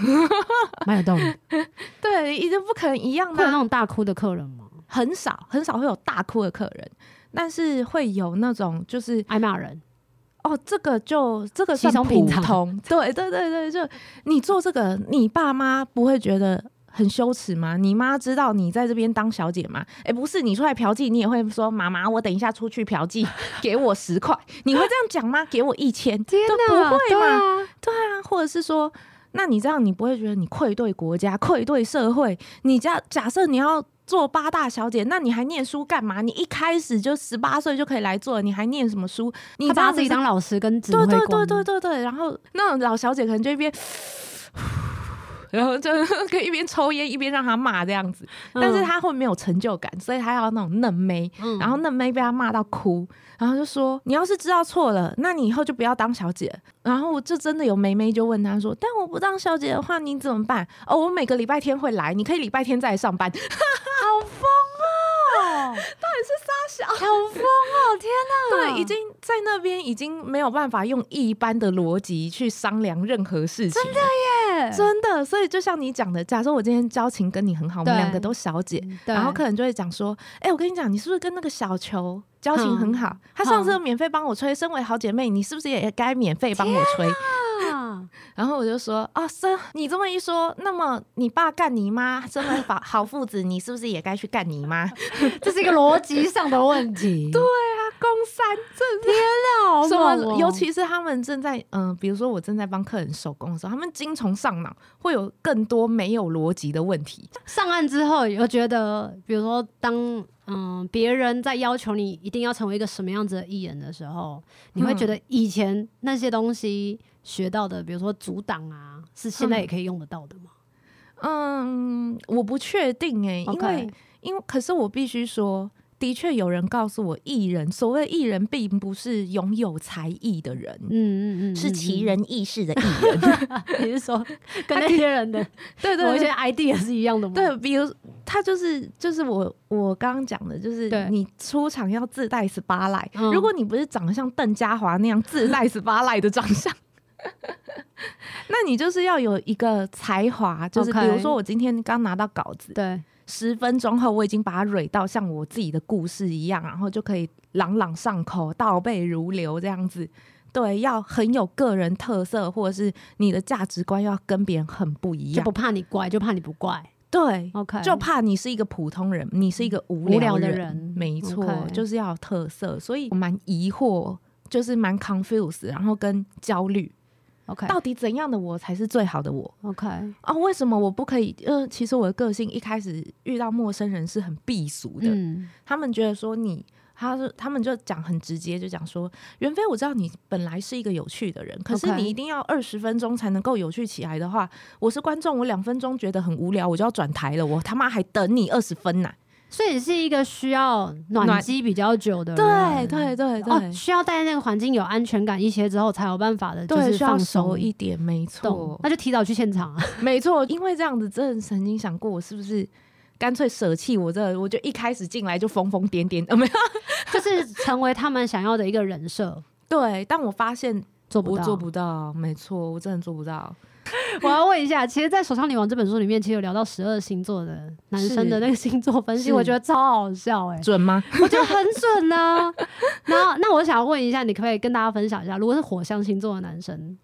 [SPEAKER 1] 蛮有道理。
[SPEAKER 2] (laughs) 对，一定不可能一样
[SPEAKER 1] 会有那
[SPEAKER 2] 的。
[SPEAKER 1] 种大哭的客人吗？
[SPEAKER 2] 很少很少会有大哭的客人，但是会有那种就是
[SPEAKER 1] 爱骂人，
[SPEAKER 2] 哦，这个就这个
[SPEAKER 1] 稀
[SPEAKER 2] 算
[SPEAKER 1] 松
[SPEAKER 2] 普
[SPEAKER 1] 平常
[SPEAKER 2] 通。 (laughs) 对对对对，就你做这个，你爸妈不会觉得。很羞耻吗？你妈知道你在这边当小姐吗？哎、不是，你出来嫖妓，你也会说妈妈，我等一下出去嫖妓，给我十块，你会这样讲吗？给我一千，
[SPEAKER 1] 天
[SPEAKER 2] 都不
[SPEAKER 1] 哪，
[SPEAKER 2] 会
[SPEAKER 1] 对
[SPEAKER 2] 嘛？
[SPEAKER 1] 啊，
[SPEAKER 2] 对啊，或者是说，那你这样你不会觉得你愧对国家、愧对社会？你家假设你要做八大小姐，那你还念书干嘛？你一开始就十八岁就可以来做，你还念什么书？你
[SPEAKER 1] 他
[SPEAKER 2] 这
[SPEAKER 1] 把
[SPEAKER 2] 样
[SPEAKER 1] 自
[SPEAKER 2] 子
[SPEAKER 1] 己
[SPEAKER 2] 是
[SPEAKER 1] 当老师跟指挥
[SPEAKER 2] 对
[SPEAKER 1] 官，
[SPEAKER 2] 对对对对对，然后那种老小姐可能就一边。 (sighs) 然后就 (laughs) 可以一边抽烟一边让他骂这样子，但是他会没有成就感，所以他要那种嫩妹，
[SPEAKER 1] 嗯，
[SPEAKER 2] 然后嫩妹被他骂到哭，然后就说你要是知道错了，那你以后就不要当小姐。然后就真的有妹妹就问他说，但我不当小姐的话你怎么办？哦，我每个礼拜天会来，你可以礼拜天再来上班。
[SPEAKER 1] 好疯哦，
[SPEAKER 2] 小
[SPEAKER 1] 好疯哦，天哪！
[SPEAKER 2] 对，已经在那边已经没有办法用一般的逻辑去商量任何事情了，
[SPEAKER 1] 耶
[SPEAKER 2] 真的。所以就像你讲的，假设我今天交情跟你很好，我们
[SPEAKER 1] 对
[SPEAKER 2] 两个都小姐，
[SPEAKER 1] 对
[SPEAKER 2] 然后客人就会讲说：“哎、我跟你讲，你是不是跟那个小球交情
[SPEAKER 1] 嗯
[SPEAKER 2] 很好？他上次有免费帮我吹，身为好姐妹，你是不是也该免费帮我吹
[SPEAKER 1] 啊？”
[SPEAKER 2] 然后我就说：“啊，生，你这么一说，那么你爸干你妈，身为好好父子，你是不是也该去干你妈？
[SPEAKER 1] (laughs) 这是一个逻辑上的问题。对，
[SPEAKER 2] 公三正天
[SPEAKER 1] 好
[SPEAKER 2] 什
[SPEAKER 1] 猛
[SPEAKER 2] 么？
[SPEAKER 1] 哦
[SPEAKER 2] 尤其是他们正在嗯、比如说我正在帮客人手工的时候，他们精虫上脑，会有更多没有逻辑的问题。
[SPEAKER 1] 上岸之后，有觉得，比如说当嗯别人在要求你一定要成为一个什么样子的艺人的时候，你会觉得以前那些东西学到的，比如说阻挡啊，是现在也可以用得到的吗？
[SPEAKER 2] 嗯，我不确定哎、因
[SPEAKER 1] OK
[SPEAKER 2] 为。因为可是我必须说，的确有人告诉我，艺人所谓艺人并不是拥有才艺的人，
[SPEAKER 1] 嗯嗯嗯，
[SPEAKER 2] 是
[SPEAKER 1] 嗯
[SPEAKER 2] 奇。人异事的艺
[SPEAKER 1] (laughs)
[SPEAKER 2] 人。
[SPEAKER 1] 你是说跟那些人的
[SPEAKER 2] (laughs) 对
[SPEAKER 1] 某
[SPEAKER 2] 对
[SPEAKER 1] 一些
[SPEAKER 2] 对。
[SPEAKER 1] idea 是一样的吗？
[SPEAKER 2] 对，比如他就是就是我我刚刚讲的，就是
[SPEAKER 1] 对
[SPEAKER 2] 你出场要自带 SPA 赖、
[SPEAKER 1] 嗯
[SPEAKER 2] 如果你不是长得像邓家华那样自带 SPA 赖的长相， (laughs) 那你就是要有一个才华，就是比
[SPEAKER 1] OK
[SPEAKER 2] 如说我今天刚拿到稿子，
[SPEAKER 1] 对，
[SPEAKER 2] 十分钟后，我已经把它蕊到像我自己的故事一样，然后就可以朗朗上口、倒背如流这样子。对，要很有个人特色，或者是你的价值观要跟别人很不一
[SPEAKER 1] 就
[SPEAKER 2] 样
[SPEAKER 1] 不。怕你怪，就怕你不怪。
[SPEAKER 2] 对，
[SPEAKER 1] OK，
[SPEAKER 2] 就怕你是一个普通人，你是一个无
[SPEAKER 1] 无聊
[SPEAKER 2] 聊
[SPEAKER 1] 的人
[SPEAKER 2] 人没错
[SPEAKER 1] OK
[SPEAKER 2] 就是要有特色。所以我蛮疑惑，就是蛮 confused，然后跟焦虑，
[SPEAKER 1] OK
[SPEAKER 2] 到底怎样的我才是最好的我？
[SPEAKER 1] OK，
[SPEAKER 2] 啊，为什么我不可以？呃，其实我的个性一开始遇到陌生人是很避俗的，
[SPEAKER 1] 嗯，
[SPEAKER 2] 他们觉得说你，他是他们就讲很直接，就讲说袁飞，我知道你本来是一个有趣的人，可是
[SPEAKER 1] OK
[SPEAKER 2] 你一定要二十分钟才能够有趣起来的话，我是观众，我两分钟觉得很无聊，我就要转台了，我他妈还等你二十分呢、
[SPEAKER 1] 所以是一个需要暖
[SPEAKER 2] 暖
[SPEAKER 1] 机比较久的
[SPEAKER 2] 对
[SPEAKER 1] 人，
[SPEAKER 2] 对对对，
[SPEAKER 1] 哦，需要在那个环境有安全感一些之后，才有办法的，就
[SPEAKER 2] 对
[SPEAKER 1] 是
[SPEAKER 2] 需要
[SPEAKER 1] 放
[SPEAKER 2] 熟
[SPEAKER 1] 松
[SPEAKER 2] 一点，没
[SPEAKER 1] 动
[SPEAKER 2] 错，
[SPEAKER 1] 那就提早去现场啊。
[SPEAKER 2] (laughs)
[SPEAKER 1] (laughs)
[SPEAKER 2] 没错，因为这样子真的曾经想过，我是不是干脆舍弃我这我就一开始进来就疯疯癫癫，呃，没有，
[SPEAKER 1] 就是成为他们想要的一个人 (laughs) 设，
[SPEAKER 2] 对，但我发现
[SPEAKER 1] 做不
[SPEAKER 2] 我
[SPEAKER 1] 到。
[SPEAKER 2] 做不到，没错，我真的做不到。
[SPEAKER 1] 我要问一下，其实，在《手上女王》这本书里面，其实有聊到十二星座的男生的
[SPEAKER 2] 是
[SPEAKER 1] 那个星座分析，
[SPEAKER 2] 是
[SPEAKER 1] 我觉得超好笑哎、
[SPEAKER 2] 准吗？
[SPEAKER 1] (laughs) 我觉得很准啊呢、然后， (laughs) 那我想问一下，你可不可以跟大家分享一下，如果是火象星座的男生，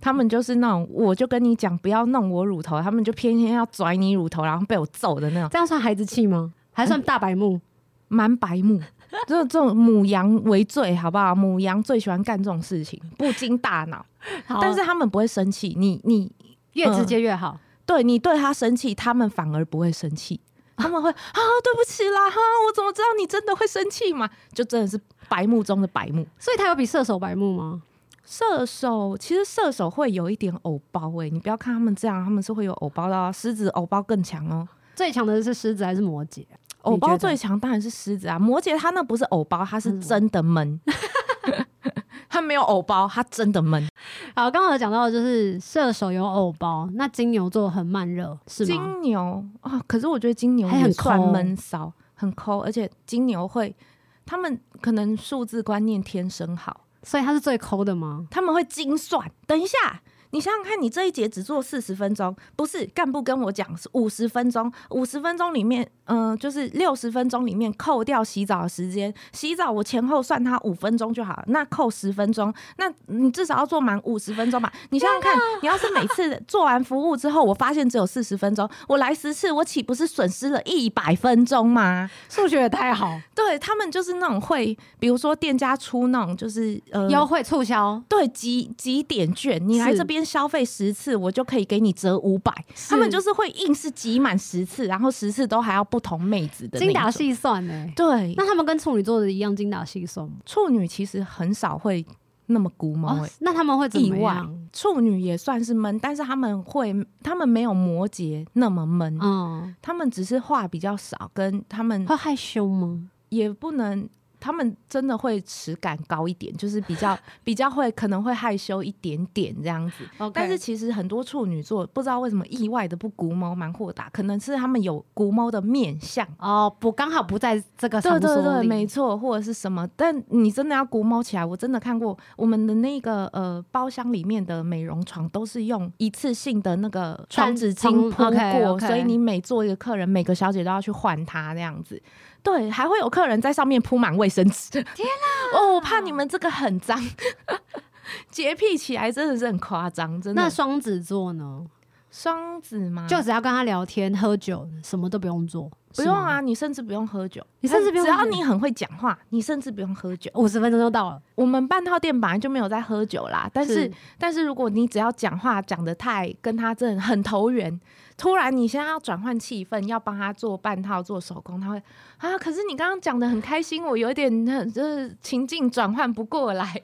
[SPEAKER 2] 他们就是那种，我就跟你讲不要弄我乳头，他们就偏偏要拽你乳头，然后被我揍的那种，
[SPEAKER 1] 这样算孩子气吗？还算大白目？
[SPEAKER 2] 蛮白目。 (laughs) 这这种母羊为最，好不好？母羊最喜欢干这种事情，不经大脑。
[SPEAKER 1] (laughs) 好啊嗯
[SPEAKER 2] 但是他们不会生气，你你
[SPEAKER 1] 越直接越好。
[SPEAKER 2] 对你对他生气，他们反而不会生气，他们会啊，对不起啦，哈、我怎么知道你真的会生气嘛？就真的是白目中的白目。
[SPEAKER 1] 所以他有比射手白目吗？
[SPEAKER 2] 射手其实射手会有一点偶包诶、你不要看他们这样，他们是会有偶包的、啊，狮子偶包更强哦。
[SPEAKER 1] 最强的是狮子还是摩羯？
[SPEAKER 2] 偶
[SPEAKER 1] 你觉
[SPEAKER 2] 包
[SPEAKER 1] 得
[SPEAKER 2] 最强当然是狮子啊，摩羯他那不是偶包，他是
[SPEAKER 1] 嗯
[SPEAKER 2] 真的闷， (laughs) 他没有偶包，他真的闷。
[SPEAKER 1] 好，刚刚有讲到的就是射手有偶包，那金牛座很慢热是吗？
[SPEAKER 2] 金牛啊、可是我觉得金牛
[SPEAKER 1] 还很
[SPEAKER 2] 也算
[SPEAKER 1] 抠
[SPEAKER 2] 闷骚，很抠，而且金牛会，他们可能数字观念天生好，
[SPEAKER 1] 所以他是最抠的吗？
[SPEAKER 2] 他们会精算。等一下。你想想看，你这一节只做四十分钟，不是干部跟我讲是五十分钟，五十分钟里面，嗯、就是六十分钟里面扣掉洗澡的时间，洗澡我前后算它五分钟就好了，那扣十分钟，那你至少要做满五十分钟吧？你想想看，你要是每次做完服务之后，我发现只有四十分钟，我来十次，我岂不是损失了一百分钟吗？
[SPEAKER 1] 数学也太好，
[SPEAKER 2] 对他们就是那种会，比如说店家出那种就是
[SPEAKER 1] (laughs)
[SPEAKER 2] 呃
[SPEAKER 1] 优惠促销，
[SPEAKER 2] 对几几点券，你来
[SPEAKER 1] 是
[SPEAKER 2] 这边消费十次，我就可以给你折五百。他们就是会硬是挤满十次，然后十次都还要不同妹子的那
[SPEAKER 1] 精打
[SPEAKER 2] 种。
[SPEAKER 1] 细算呢、欸
[SPEAKER 2] 对，
[SPEAKER 1] 那他们跟处女座的一样精打细算吗？
[SPEAKER 2] 处女其实很少会那么古
[SPEAKER 1] 哦
[SPEAKER 2] 猫、欸。
[SPEAKER 1] 那他们会怎么
[SPEAKER 2] 意外
[SPEAKER 1] 样？
[SPEAKER 2] 处女也算是闷，但是他们会，他们没有摩羯那么闷，
[SPEAKER 1] 嗯，
[SPEAKER 2] 他们只是话比较少，跟他们
[SPEAKER 1] 会害羞吗？
[SPEAKER 2] 也不能，他们真的会耻感高一点，就是比较比较会可能会害羞一点点这样子。但是其实很多处女座不知道为什么意外的不古猫蛮豁达，可能是他们有古猫的面相。
[SPEAKER 1] 哦，不，刚好不在这个
[SPEAKER 2] 对
[SPEAKER 1] 场所
[SPEAKER 2] 对
[SPEAKER 1] 里，
[SPEAKER 2] 对，没错，或者是什么？但你真的要古猫起来，我真的看过我们的那个呃包厢里面的美容床都是用一次性的那个
[SPEAKER 1] 床
[SPEAKER 2] 传纸
[SPEAKER 1] 床
[SPEAKER 2] 巾铺过
[SPEAKER 1] OK，OK
[SPEAKER 2] 所以你每做一个客人，每个小姐都要去换它那样子。对，还会有客人在上面铺满卫生纸。天哪！哦，我怕你们这个很脏。 (laughs) 洁癖起来真的是很夸张，真的。嗯
[SPEAKER 1] 那双子座呢？
[SPEAKER 2] 双子吗？
[SPEAKER 1] 就只要跟他聊天、喝酒，什么都不用做，
[SPEAKER 2] 不用啊，你甚至不用喝酒，
[SPEAKER 1] 你甚至不用
[SPEAKER 2] 只
[SPEAKER 1] 喝
[SPEAKER 2] 要
[SPEAKER 1] 酒
[SPEAKER 2] 你很会讲话，你甚至不用喝酒。
[SPEAKER 1] 五十分钟就到了。
[SPEAKER 2] 我们半套店本来就没有在喝酒啦，但是
[SPEAKER 1] 是
[SPEAKER 2] 但是如果你只要讲话讲得太跟他真的很投缘，突然你现在要转换气氛，要帮他做半套做手工，他会啊，可是你刚刚讲的很开心，我有点呃就是情境转换不过来。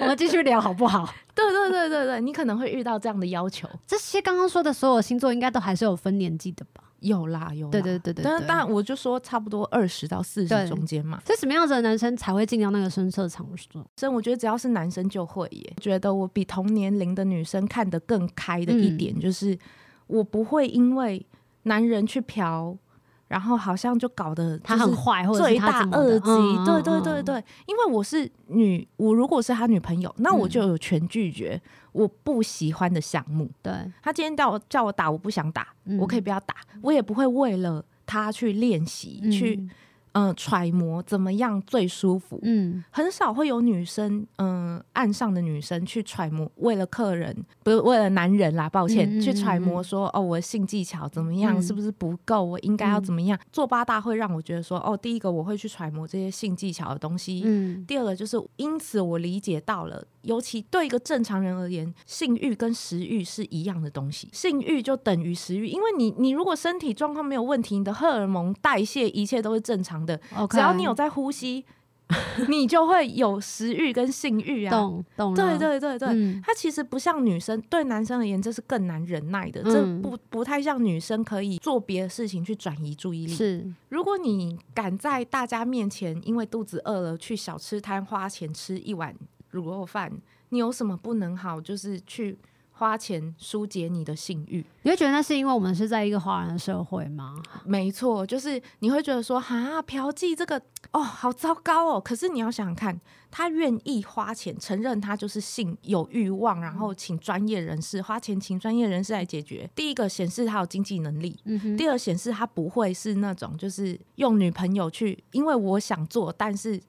[SPEAKER 1] 我们继续聊好不好？
[SPEAKER 2] (laughs) 对对对对对，你可能会遇到这样的要求。
[SPEAKER 1] 这些刚刚说的所有星座，应该都还是有分年纪的吧？
[SPEAKER 2] 有啦有啦，
[SPEAKER 1] 对对对对
[SPEAKER 2] 哦但
[SPEAKER 1] 对
[SPEAKER 2] 但我就说差不多二十到四
[SPEAKER 1] 对
[SPEAKER 2] 十中间嘛，
[SPEAKER 1] 所以什么样子的男生才会进到那个深色场所？
[SPEAKER 2] 真我觉得只要是男生就会耶。觉得我比同年龄的女生看得更开的
[SPEAKER 1] 嗯
[SPEAKER 2] 一点，就是我不会因为男人去嫖，然后好像就搞得
[SPEAKER 1] 他
[SPEAKER 2] 就是
[SPEAKER 1] 很坏，或者是
[SPEAKER 2] 罪
[SPEAKER 1] 他
[SPEAKER 2] 大
[SPEAKER 1] 怎么
[SPEAKER 2] 恶
[SPEAKER 1] 的
[SPEAKER 2] 极。
[SPEAKER 1] 嗯嗯
[SPEAKER 2] 对
[SPEAKER 1] 嗯
[SPEAKER 2] 对对对，因为我是女，我如果是他女朋友，那我就
[SPEAKER 1] 嗯
[SPEAKER 2] 有权拒绝我不喜欢的项目。
[SPEAKER 1] 对，
[SPEAKER 2] 他今天叫我叫我打，我不想打，
[SPEAKER 1] 嗯
[SPEAKER 2] 我可以不要打，我也不会为了他去练习、去
[SPEAKER 1] 嗯
[SPEAKER 2] 嗯、呃揣摩怎么样最舒服。
[SPEAKER 1] 嗯
[SPEAKER 2] 很少会有女生，嗯、岸上的女生去揣摩，为了客人，不是为了男人啦，抱歉，
[SPEAKER 1] 嗯嗯
[SPEAKER 2] 去揣
[SPEAKER 1] 嗯
[SPEAKER 2] 摩
[SPEAKER 1] 嗯
[SPEAKER 2] 说，哦，我的性技巧怎么样，
[SPEAKER 1] 嗯
[SPEAKER 2] 是不是不够，我应该要怎么样？做八大会让我觉得说，哦，第一个我会去揣摩这些性技巧的东西，
[SPEAKER 1] 嗯，
[SPEAKER 2] 第二个就是，因此我理解到了，尤其对一个正常人而言，性欲跟食欲是一样的东西。性欲就等于食欲，因为你你如果身体状况没有问题，你的荷尔蒙代谢一切都是正常的
[SPEAKER 1] OK
[SPEAKER 2] 只要你有在呼吸，你就会有食欲跟性欲啊。
[SPEAKER 1] 懂懂了，
[SPEAKER 2] 对对对对，
[SPEAKER 1] 嗯
[SPEAKER 2] 它其实不像女生，对男生而言这是更难忍耐的，
[SPEAKER 1] 嗯
[SPEAKER 2] 这不不太像女生可以做别的事情去转移注意力。
[SPEAKER 1] 是
[SPEAKER 2] 如果你敢在大家面前因为肚子饿了去小吃摊花钱吃一碗卤肉饭，你有什么不能好？就是去花钱疏解你的性欲。
[SPEAKER 1] 你会觉得那是因为我们是在一个华人社会吗？
[SPEAKER 2] 没错，就是你会觉得说，哈，嫖妓这个哦，好糟糕哦。可是你要想想看，他愿意花钱，承认他就是性有欲望，然
[SPEAKER 1] 嗯
[SPEAKER 2] 后请专业人士花钱，请专业人士来解决。第一个显示他有经济能力，
[SPEAKER 1] 嗯哼，
[SPEAKER 2] 第二显示他不会是那种就是用女朋友去，因为我想做，但是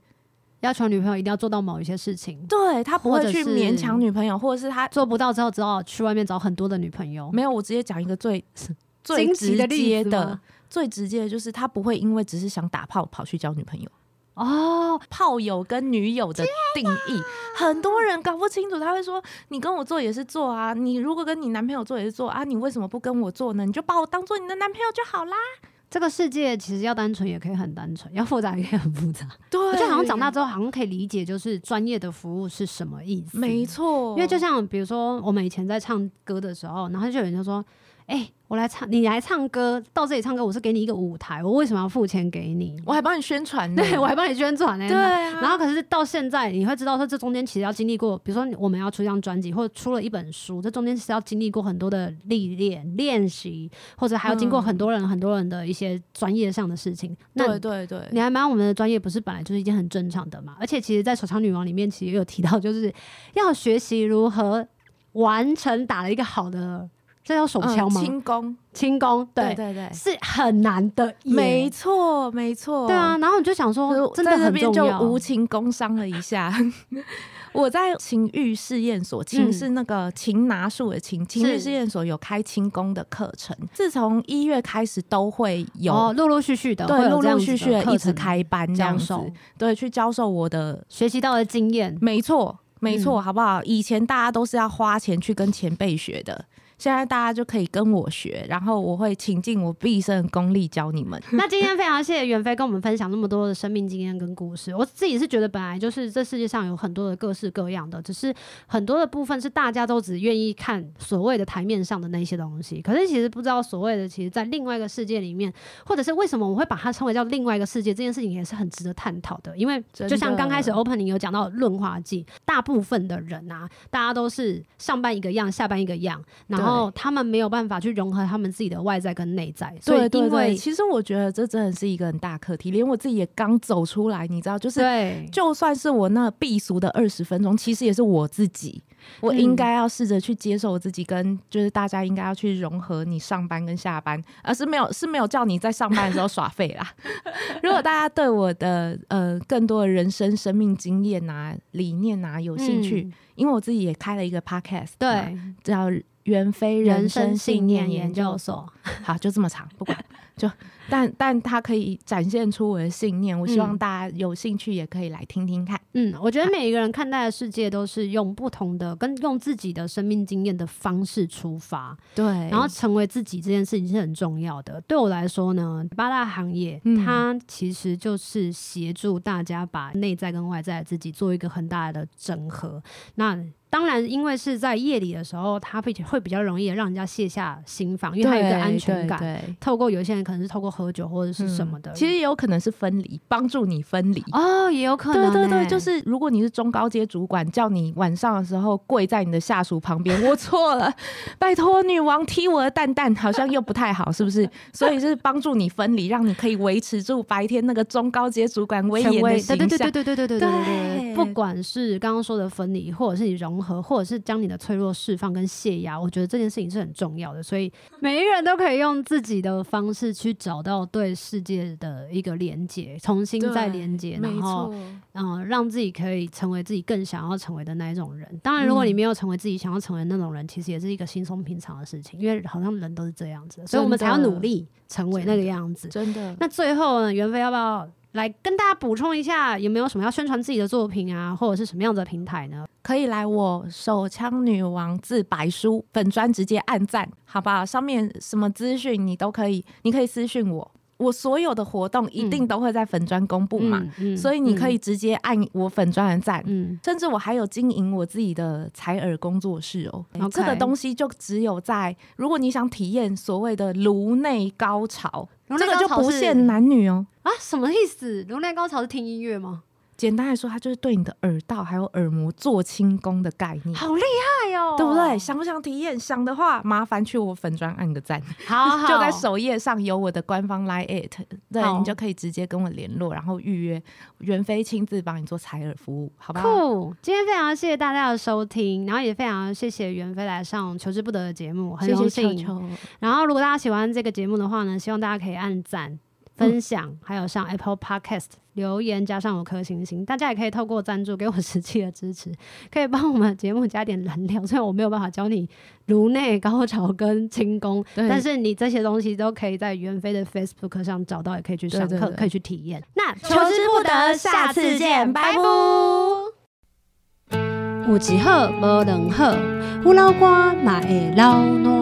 [SPEAKER 1] 要求女朋友一定要做到某一些事情，
[SPEAKER 2] 对他不
[SPEAKER 1] 或
[SPEAKER 2] 会
[SPEAKER 1] 者
[SPEAKER 2] 去
[SPEAKER 1] 是
[SPEAKER 2] 勉强女朋友，或者是他
[SPEAKER 1] 做不到之后，只好去外面找很多的女朋友。
[SPEAKER 2] 没有。我直接讲一个最最
[SPEAKER 1] 惊奇
[SPEAKER 2] 直
[SPEAKER 1] 的例
[SPEAKER 2] 接
[SPEAKER 1] 子
[SPEAKER 2] 的
[SPEAKER 1] 吗、
[SPEAKER 2] 最直接的就是他不会因为只是想打炮跑去交女朋友。
[SPEAKER 1] 哦，
[SPEAKER 2] 炮友跟女友的定义，很多人搞不清楚。他会说：“你跟我做也是做啊，你如果跟你男朋友做也是做啊，你为什么不跟我做呢？你就把我当做你的男朋友就好啦。
[SPEAKER 1] 这个世界其实要单纯也可以很单纯，要复杂也可以很复杂。”
[SPEAKER 2] 对，
[SPEAKER 1] 我觉得好像长大之后，好像可以理解就是专业的服务是什么意思。
[SPEAKER 2] 没，错，
[SPEAKER 1] 因为就像比如说我们以前在唱歌的时候，然后就有人就说：“哎、我来唱，你来唱歌，到这里唱歌，我是给你一个舞台，我为什么要付钱给你？ (laughs)
[SPEAKER 2] 我还帮你宣传 (laughs) 呢，
[SPEAKER 1] 对我还帮你宣传呢、
[SPEAKER 2] 对啊，
[SPEAKER 1] 然后可是到现在，你会知道说这中间其实要经历过，比如说我们要出一张专辑，或者出了一本书，这中间是要经历过很多的历练、练习，或者还要经过
[SPEAKER 2] 嗯
[SPEAKER 1] 很多人、很多人的一些专业上的事情。那
[SPEAKER 2] 对对对，
[SPEAKER 1] 你还蛮我们的专业不是本来就是一件很正常的嘛？而且其实，在《手枪女王》里面，其实也有提到，就是要学习如何完成打了一个好的，这叫手枪
[SPEAKER 2] 嗯
[SPEAKER 1] 吗？
[SPEAKER 2] 轻功，
[SPEAKER 1] 轻功，对，
[SPEAKER 2] 对对，
[SPEAKER 1] 是很难的耶，
[SPEAKER 2] 没错没错，
[SPEAKER 1] 对啊。然后你就想
[SPEAKER 2] 可是
[SPEAKER 1] 说
[SPEAKER 2] 我，
[SPEAKER 1] 真的
[SPEAKER 2] 哦在这
[SPEAKER 1] 很
[SPEAKER 2] 边
[SPEAKER 1] 重
[SPEAKER 2] 就
[SPEAKER 1] 要，
[SPEAKER 2] 无情工伤了一下。 (laughs) 我在情欲试验所，情
[SPEAKER 1] 嗯
[SPEAKER 2] 是那个擒拿术的情，情欲
[SPEAKER 1] 是
[SPEAKER 2] 试验所有开轻功的课程，自从一月开始都会有，
[SPEAKER 1] 哦，陆陆续续的，会
[SPEAKER 2] 对，
[SPEAKER 1] 有
[SPEAKER 2] 陆
[SPEAKER 1] 这样
[SPEAKER 2] 陆
[SPEAKER 1] 子
[SPEAKER 2] 续
[SPEAKER 1] 的
[SPEAKER 2] 续地
[SPEAKER 1] 课
[SPEAKER 2] 一直
[SPEAKER 1] 程
[SPEAKER 2] 开班这
[SPEAKER 1] 教
[SPEAKER 2] 样子
[SPEAKER 1] 授，
[SPEAKER 2] 对，去教授我的，
[SPEAKER 1] 学习到的经验，嗯
[SPEAKER 2] 没错没错，好不好？以前大家都是要花钱去跟前辈学的，现在大家就可以跟我学，然后我会倾尽我毕生的功力教你 (laughs) 们。
[SPEAKER 1] 那今天非常谢谢袁飞跟我们分享那么多的生命经验跟故事。我自己是觉得，本来就是这世界上有很多的各式各样的，只是很多的部分是大家都只愿意看所谓的台面上的那些东西。可是其实不知道所谓的，其实在另外一个世界里面，或者是为什么我会把它称为叫另外一个世界，这件事情也是很值得探讨的。因为
[SPEAKER 2] 真的
[SPEAKER 1] 就像刚开始 opening 有讲到润滑剂，大部分的人啊，大家都是上班一个样，下班一个样，然后他们没有办法去融合他们自己的外在跟内在，所以
[SPEAKER 2] 对对
[SPEAKER 1] 因为
[SPEAKER 2] 对，其实我觉得这真的是一个很大课题，连我自己也刚走出来，你知道，就是
[SPEAKER 1] 对，
[SPEAKER 2] 就算是我那避俗的二十分钟，其实也是我自己，我
[SPEAKER 1] 嗯
[SPEAKER 2] 应该要试着去接受我自己，跟就是大家应该要去融合你上班跟下班，而是没有是没有叫你在上班的时候耍废啦。 (laughs) 如果大家对我的呃更多的人生、生命经验啊、理念啊有兴趣，
[SPEAKER 1] 嗯
[SPEAKER 2] 因为我自己也开了一个 podcast，嘛，
[SPEAKER 1] 对，
[SPEAKER 2] 叫袁飞人
[SPEAKER 1] 人
[SPEAKER 2] 生
[SPEAKER 1] 生
[SPEAKER 2] 信
[SPEAKER 1] 信
[SPEAKER 2] 念
[SPEAKER 1] 念
[SPEAKER 2] 研
[SPEAKER 1] 研
[SPEAKER 2] 究
[SPEAKER 1] 究
[SPEAKER 2] 所。
[SPEAKER 1] 所。
[SPEAKER 2] 好，就这么长，不管就但但它可以展现出我的信念，我希望
[SPEAKER 1] 嗯
[SPEAKER 2] 大家有兴趣也可以来听听看。
[SPEAKER 1] 嗯，我
[SPEAKER 2] 啊
[SPEAKER 1] 觉得每一个人看待的世界都是用不同的、跟用自己的生命经验的方式出发，
[SPEAKER 2] 对，
[SPEAKER 1] 然后成为自己这件事情是很重要的。对我来说呢，八大行业、
[SPEAKER 2] 嗯
[SPEAKER 1] 它其实就是协助大家把内在跟外在的自己做一个很大的整合。那当然，因为是在夜里的时候，它会会比较容易让人家卸下心防，因为它有一个安全感。
[SPEAKER 2] 对对对
[SPEAKER 1] 透过有一些人可能是透过喝酒或者是什么的，
[SPEAKER 2] 嗯其实也有可能是分离，帮助你分离。
[SPEAKER 1] 哦，也有可能、
[SPEAKER 2] 对
[SPEAKER 1] 欸，
[SPEAKER 2] 对对，就是如果你是中高阶主管，叫你晚上的时候跪在你的下属旁边，我错了，拜托女王踢我的蛋蛋，好像又不太好，是不是？所以是帮助你分离，让你可以维持住白天那个中高阶主管威
[SPEAKER 1] 权
[SPEAKER 2] 严的
[SPEAKER 1] 威，
[SPEAKER 2] 形
[SPEAKER 1] 对
[SPEAKER 2] 象。
[SPEAKER 1] 对对对对对对对对
[SPEAKER 2] 对
[SPEAKER 1] 对，不管是刚刚说的分离，或者是你融合，或者是将你的脆弱释放跟泄压，我觉得这件事情是很重要的。所以每一个人都可以用自己的方式去找到对世界的一个连接，重新再连接，
[SPEAKER 2] 没
[SPEAKER 1] 然后
[SPEAKER 2] 错，
[SPEAKER 1] 嗯，让自己可以成为自己更想要成为的那一种人。当然，如果你
[SPEAKER 2] 嗯
[SPEAKER 1] 没有成为自己想要成为的那种人，其实也是一个轻松平常的事情，因为好像人都是这样子，所以我们才
[SPEAKER 2] 真
[SPEAKER 1] 要
[SPEAKER 2] 的
[SPEAKER 1] 努力成为那个样子。
[SPEAKER 2] 真的。
[SPEAKER 1] 那最后呢，袁飞要不要来跟大家补充一下，有没有什么要宣传自己的作品啊，或者是什么样的平台呢？
[SPEAKER 2] 可以来我手枪女王自白书粉专直接按赞，好不好？上面什么资讯你都可以，你可以私讯我。我所有的活动一定都会在粉专公布嘛，
[SPEAKER 1] 嗯嗯
[SPEAKER 2] 所以你可以直接按我粉专的赞。
[SPEAKER 1] 嗯，
[SPEAKER 2] 甚至我还有经营我自己的采耳工作室哦、
[SPEAKER 1] OK
[SPEAKER 2] 这个东西就只有在如果你想体验所谓的颅内高潮，
[SPEAKER 1] 颅内
[SPEAKER 2] 这
[SPEAKER 1] 高潮
[SPEAKER 2] 个就不
[SPEAKER 1] 是
[SPEAKER 2] 限男女哦、
[SPEAKER 1] 嗯啊，什么意思？颅内高潮是听音乐吗？
[SPEAKER 2] 简单来说，它就是对你的耳道还有耳膜做轻功的概念。
[SPEAKER 1] 好厉害哦，
[SPEAKER 2] 对不对？？想不想体验？想的话，麻烦去我粉专按个赞，
[SPEAKER 1] 好好，
[SPEAKER 2] (laughs) 就在首页上有我的官方 Line it，对
[SPEAKER 1] 好
[SPEAKER 2] 你就可以直接跟我联络，然后预约袁飞亲自帮你做采耳服务，好不好？
[SPEAKER 1] 酷！今天非常谢谢大家的收听，然后也非常谢谢袁飞来上求之不得的节目，很
[SPEAKER 2] 谢
[SPEAKER 1] 荣
[SPEAKER 2] 谢
[SPEAKER 1] 幸。
[SPEAKER 2] 球球，
[SPEAKER 1] 然后，如果大家喜欢这个节目的话呢，希望大家可以按
[SPEAKER 2] 嗯
[SPEAKER 1] 赞、分享，还有上 Apple Podcast 留言加上五颗星星。大家也可以透过赞助给我实际的支持， (laughs) 可以帮我们节目加点燃料。虽然我没有办法教你颅内高潮跟轻功，
[SPEAKER 2] 对
[SPEAKER 1] 但是你这些东西都可以在袁飞的 Facebook 上找到，也可以去上课，
[SPEAKER 2] 对对对
[SPEAKER 1] 可以去体验。那
[SPEAKER 2] 求之不得下次见拜拜。
[SPEAKER 1] 有一好无两好，有老瓜嘛会老烂。